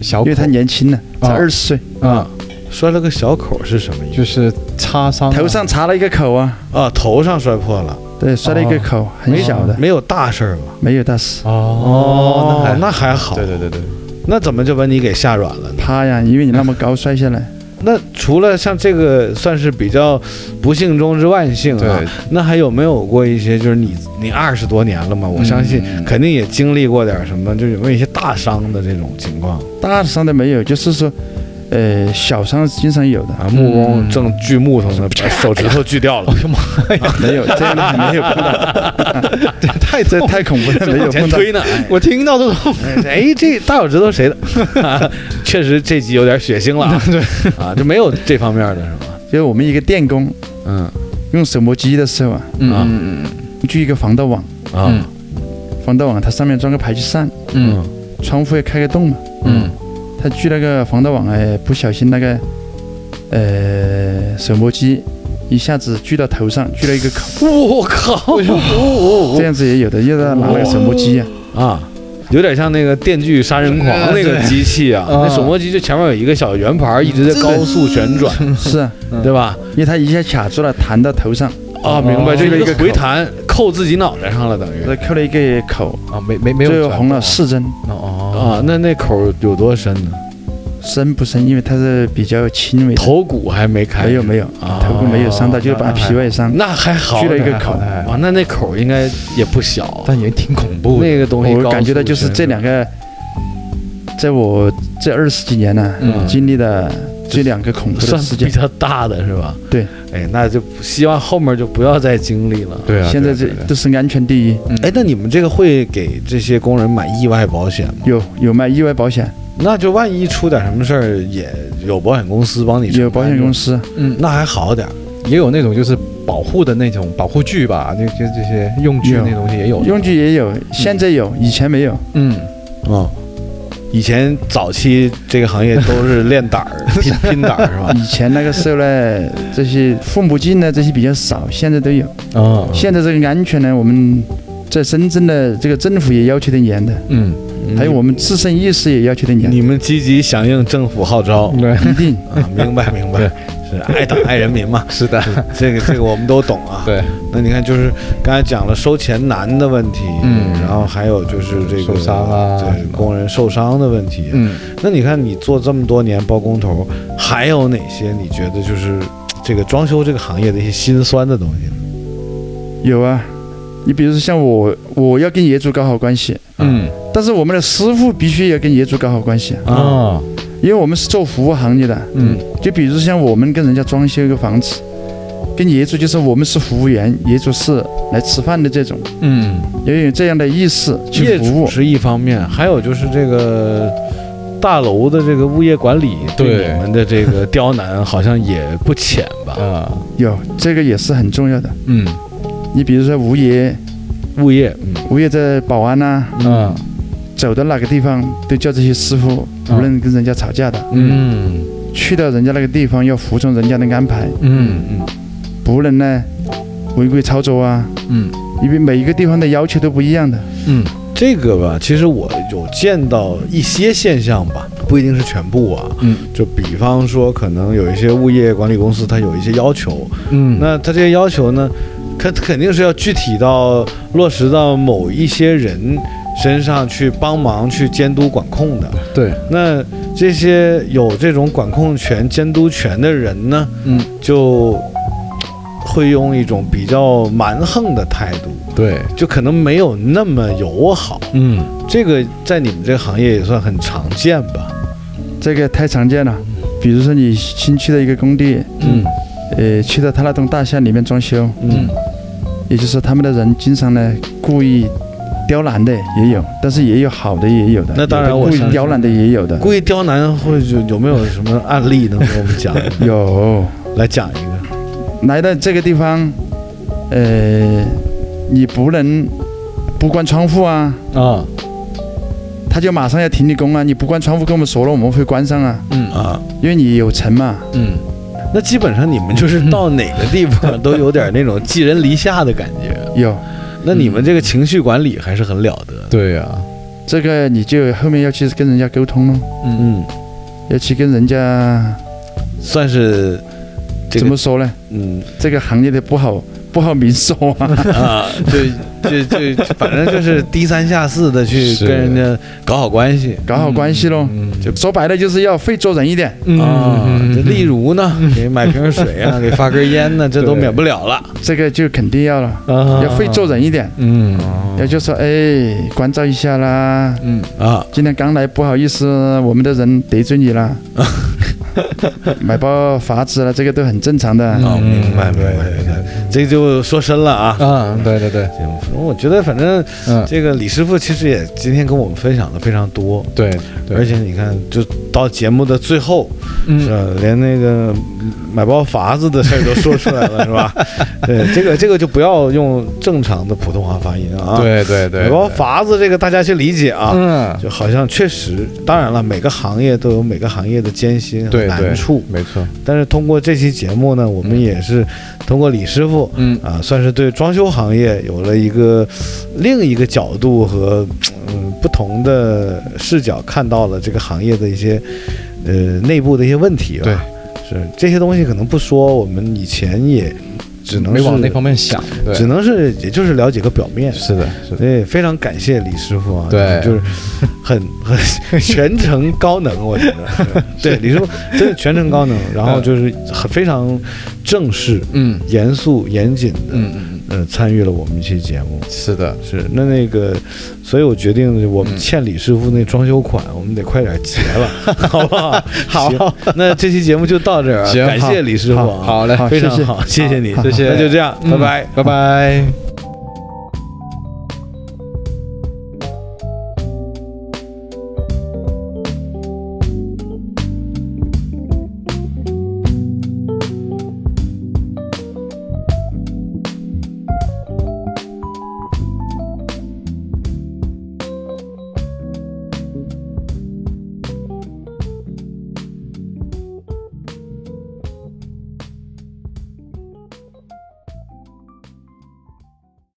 Speaker 3: 小
Speaker 2: 因为他年轻呢，才
Speaker 3: 啊
Speaker 2: 二十岁，
Speaker 3: 啊，
Speaker 1: 摔了个小口是什么意思？
Speaker 3: 就是擦伤
Speaker 2: 头上插了一个口啊，
Speaker 1: 啊，头上摔破了，
Speaker 2: 对，摔了一个口，很小的，
Speaker 1: 没有大事儿吧？
Speaker 2: 没有大事。
Speaker 3: 哦
Speaker 1: 那还那还好，
Speaker 3: 对对对对，
Speaker 1: 那怎么就把你给吓软了呢？
Speaker 2: 他呀，因为你那么高摔下来，
Speaker 1: 那除了像这个算是比较不幸中之万幸啊
Speaker 3: 对，
Speaker 1: 那还有没有过一些就是你你二十多年了嘛？我
Speaker 3: 嗯
Speaker 1: 相信肯定也经历过点什么，就有没有一些大伤的这种情况
Speaker 2: 大伤的没有，就是说，呃，小伤是经常有的，
Speaker 1: 啊？木工正锯木头呢，把手指头锯掉了，
Speaker 2: 没 有这样的没有碰到，
Speaker 3: 这太
Speaker 2: 这太恐怖了，没有
Speaker 1: 往前
Speaker 2: 碰到。
Speaker 1: 推呢。哎
Speaker 3: 我听到都
Speaker 1: 哎，这大脚趾头谁的？ 确实这集有点血腥了啊！对 啊，就没有这方面的是吗？
Speaker 2: 就是我们一个电工
Speaker 1: 嗯
Speaker 2: 用手磨机的时候啊，
Speaker 3: 嗯嗯
Speaker 2: 锯一个防盗网，
Speaker 1: 啊
Speaker 2: 防盗网它上面装个排气扇，
Speaker 3: 嗯
Speaker 2: 窗户也开个洞嘛，
Speaker 3: 嗯
Speaker 2: 他锯那个防盗网，哎，不小心那个，呃，手磨机一下子锯到头上，锯了一个口，
Speaker 1: 我靠！
Speaker 3: 哦
Speaker 2: 这样子也有的，又在拿那个手磨机啊，
Speaker 1: 啊，有点像那个《电锯杀人狂》那个机器啊，
Speaker 3: 嗯
Speaker 1: 那手磨机就前面有一个小圆盘，一直在高速旋转，
Speaker 3: 嗯
Speaker 2: 是啊，
Speaker 1: 对吧？
Speaker 2: 因为他一下卡住了，弹到头上，
Speaker 1: 啊，
Speaker 3: 哦
Speaker 1: 明白，就
Speaker 2: 这
Speaker 1: 一
Speaker 2: 个
Speaker 1: 个
Speaker 2: 一个
Speaker 1: 回弹扣自己脑袋上了，等于
Speaker 2: 他扣了一个口，
Speaker 1: 嗯
Speaker 3: 啊，没没没有
Speaker 2: 最后红了四针，
Speaker 3: 哦
Speaker 1: 啊，那那口有多深呢？
Speaker 2: 深不深？因为它是比较轻微的，
Speaker 1: 头骨还没开，
Speaker 2: 没有哎没有，
Speaker 1: 啊，
Speaker 2: 头部没有伤到，就是把
Speaker 3: 哎哦那还
Speaker 2: 皮外伤。
Speaker 1: 那还好
Speaker 2: 锯了一个
Speaker 3: 口袋
Speaker 1: 哇，那那口应该也不小，
Speaker 3: 但也挺恐怖的。
Speaker 1: 那个东西
Speaker 2: 我感觉到就是这两个，在我这二十几年呢、
Speaker 3: 嗯
Speaker 2: 经历的这两个恐
Speaker 1: 高
Speaker 2: 怖
Speaker 1: 速旋
Speaker 2: 的
Speaker 1: 转
Speaker 2: 事
Speaker 1: 算比
Speaker 2: 件，
Speaker 1: 较大的是吧？
Speaker 2: 对，
Speaker 1: 哎，那就希望后面就不要再经历了。
Speaker 3: 对啊，
Speaker 2: 现在这都是安全第一。
Speaker 1: 哎，那你们这个会给这些工人买意外保险吗？
Speaker 2: 有有卖意外保险，
Speaker 1: 那就万一出点什么事儿，也有保险公司帮你。
Speaker 2: 有保险公
Speaker 1: 司，
Speaker 2: 司，
Speaker 3: 嗯，
Speaker 1: 那还好点儿。
Speaker 3: 也有那种就是保护的那种保护具吧，那些这些用具那东西也有。
Speaker 2: 用具也有，现在有，以前没有。
Speaker 3: 嗯，
Speaker 1: 嗯，以前早期这个行业都是练胆 儿、拼拼胆儿是吧？
Speaker 2: 以前那个时候呢，这些父母镜呢，这些比较少，现在都有。
Speaker 3: 啊，
Speaker 2: 现在这个安全呢，我们在深圳的这个政府也要求的严的，
Speaker 3: 嗯，
Speaker 2: 还有我们自身意识也要求的严，
Speaker 1: 你们积极响应政府号召
Speaker 3: 对，
Speaker 2: 一定
Speaker 1: 啊！明 白明白
Speaker 3: 对，
Speaker 1: 是爱 党爱人民嘛？
Speaker 3: 是的，
Speaker 1: 这个这个我们都懂啊。
Speaker 3: 对，
Speaker 1: 那你看，就是刚才讲了收钱难的问题，
Speaker 3: 嗯
Speaker 1: 然后还有就是这个
Speaker 3: 受伤啊
Speaker 1: 对
Speaker 3: 什么
Speaker 1: 工人受伤的问题，
Speaker 3: 嗯，
Speaker 1: 那你看，你做这么多年包工头，还有哪些你觉得就是这个装修这个行业的一些心酸的东西呢？
Speaker 2: 有啊。你比如说像我，我要跟业主搞好关系，
Speaker 3: 嗯
Speaker 2: 但是我们的师傅必须要跟业主搞好关系，
Speaker 3: 啊，
Speaker 2: 因为我们是做服务行业的。
Speaker 3: 嗯，
Speaker 2: 就比如像我们跟人家装修一个房子，跟业主就是我们是服务员，业主是来吃饭的这种，
Speaker 3: 嗯
Speaker 2: 要有这样的意识去
Speaker 1: 业
Speaker 2: 服
Speaker 1: 主
Speaker 2: 务。
Speaker 1: 是一方面，还有就是这个大楼的这个物业管理对
Speaker 3: 对
Speaker 1: 你们的这个刁难好像也不浅吧？
Speaker 3: 啊，
Speaker 2: 有这个也是很重要的。
Speaker 1: 嗯，
Speaker 2: 你比如说物业，
Speaker 1: 物业，嗯
Speaker 2: 物业在保安呐、
Speaker 3: 嗯
Speaker 2: 走到哪个地方都叫这些师傅，
Speaker 3: 嗯
Speaker 1: 啊
Speaker 2: 无论跟人家吵架的，
Speaker 3: 嗯
Speaker 2: 去到人家那个地方要服从人家的安排，
Speaker 3: 嗯
Speaker 1: 嗯
Speaker 2: 不能呢违规操作啊，
Speaker 3: 嗯
Speaker 2: 因为每一个地方的要求都不一样的。
Speaker 3: 嗯
Speaker 1: 这个吧，其实我有见到一些现象吧，不一定是全部啊。
Speaker 3: 嗯
Speaker 1: 就比方说，可能有一些物业管理公司它有一些要求，
Speaker 3: 嗯
Speaker 1: 那它这些要求呢，肯肯定是要具体到落实到某一些人身上去帮忙去监督管控的。
Speaker 3: 对，
Speaker 1: 那这些有这种管控权、监督权的人呢，
Speaker 3: 嗯
Speaker 1: 就会用一种比较蛮横的态度，
Speaker 3: 对，
Speaker 1: 就可能没有那么友好。
Speaker 3: 嗯
Speaker 1: 这个在你们这个行业也算很常见吧？
Speaker 2: 这个太常见了。比如说你新去的一个工地，
Speaker 1: 嗯
Speaker 2: 呃，去到他那栋大厦里面装修，
Speaker 1: 嗯
Speaker 2: 也就是说他们的人经常呢故意刁难的也有，但是也有好的也有的，
Speaker 1: 那当然
Speaker 2: 有的
Speaker 1: 我
Speaker 2: 故
Speaker 1: 相
Speaker 2: 意
Speaker 1: 信
Speaker 2: 刁难的也有的，
Speaker 1: 故意刁难或者有没有什么案例能给我们讲？
Speaker 2: 有
Speaker 1: 来讲一个。
Speaker 2: 来到这个地方，呃，你不能不关窗户啊，
Speaker 3: 啊
Speaker 2: 他就马上要停你工啊，你不关窗户跟我们说了，我们会关上啊，
Speaker 3: 嗯
Speaker 1: 啊，
Speaker 2: 因为你有尘嘛。
Speaker 3: 嗯
Speaker 1: 那基本上你们就是到哪个地方都有点那种寄人篱下的感觉。
Speaker 2: 有
Speaker 1: 那你们这个情绪管理还是很了得的。
Speaker 3: 对呀，
Speaker 2: 这个你就后面要去跟人家沟通咯，
Speaker 3: 嗯
Speaker 1: 嗯，
Speaker 2: 要去跟人家
Speaker 1: 算是这
Speaker 2: 怎
Speaker 1: 个
Speaker 2: 么说呢？
Speaker 1: 嗯
Speaker 2: 这个行业的不好不好明说啊。
Speaker 1: 啊，就就就反正就是低三下四的去
Speaker 3: 是
Speaker 1: 跟人家搞好关系。
Speaker 2: 搞好关系喽。
Speaker 3: 嗯
Speaker 2: 就说白了就是要会做人一点。
Speaker 3: 嗯
Speaker 1: 啊，这例如呢，给买瓶水 啊，给发根烟呢，这都
Speaker 3: 对
Speaker 1: 免不了了。
Speaker 2: 这个就肯定要了，
Speaker 1: 啊
Speaker 2: 要会做人一点。
Speaker 3: 嗯
Speaker 2: 要就说哎，关照一下啦。
Speaker 3: 嗯
Speaker 1: 啊，
Speaker 2: 今天刚来，不好意思，我们的人得罪你啦。买包法子了，这个都很正常的。
Speaker 1: 哦，
Speaker 3: 嗯
Speaker 1: 明白明白明白，这就说深了啊。
Speaker 3: 啊，对对对，
Speaker 1: 行我觉得反正
Speaker 3: 嗯
Speaker 1: 这个李师傅其实也今天跟我们分享的非常多，
Speaker 3: 对对，
Speaker 1: 而且你看，就到节目的最后，是
Speaker 3: 嗯
Speaker 1: 吧？连那个买包筏子的事儿都说出来 了，是吧？对，这个这个就不要用正常的普通话发音啊。，
Speaker 3: 对对对，
Speaker 1: 买包筏子这个大家去理解啊。
Speaker 3: 嗯
Speaker 1: 就好像确实，当然了，每个行业都有每个行业的艰辛和
Speaker 3: 对
Speaker 1: 难
Speaker 3: 对
Speaker 1: 处。
Speaker 3: 没错，
Speaker 1: 但是通过这期节目呢，我们也是通过李师傅
Speaker 3: 嗯
Speaker 1: 啊，算是对装修行业有了一个另一个角度和嗯不同的视角，看到了这个行业的一些呃内部的一些问题吧。
Speaker 3: 对，
Speaker 1: 是这些东西可能不说，我们以前也只能
Speaker 3: 没
Speaker 1: 是
Speaker 3: 往那方面想，对，
Speaker 1: 只能是也就是了解个表面。
Speaker 3: 是的是的，
Speaker 1: 所以非常感谢李师傅啊，
Speaker 3: 对
Speaker 1: 就是很 很全程高能，我觉 得，对李师傅真的全程高能，然后就是很非常正式、
Speaker 3: 嗯
Speaker 1: 严肃、严谨的，
Speaker 3: 嗯嗯
Speaker 1: 呃，参与了我们一期节目。
Speaker 3: 嗯，是的，
Speaker 1: 是，那那个，所以我决定，我们
Speaker 3: 嗯
Speaker 1: 欠李师傅那装修款，我们得快点结 了，好不好？
Speaker 3: 好
Speaker 1: 行，那这期节目就到这儿啊，
Speaker 3: 行
Speaker 1: 感
Speaker 3: 好
Speaker 1: 谢李师傅啊，
Speaker 3: 好嘞，
Speaker 2: 好
Speaker 1: 非常
Speaker 2: 谢谢
Speaker 1: 好，谢谢你，
Speaker 3: 谢谢
Speaker 1: 那就这样，
Speaker 3: 嗯
Speaker 1: 拜拜。
Speaker 3: 拜拜。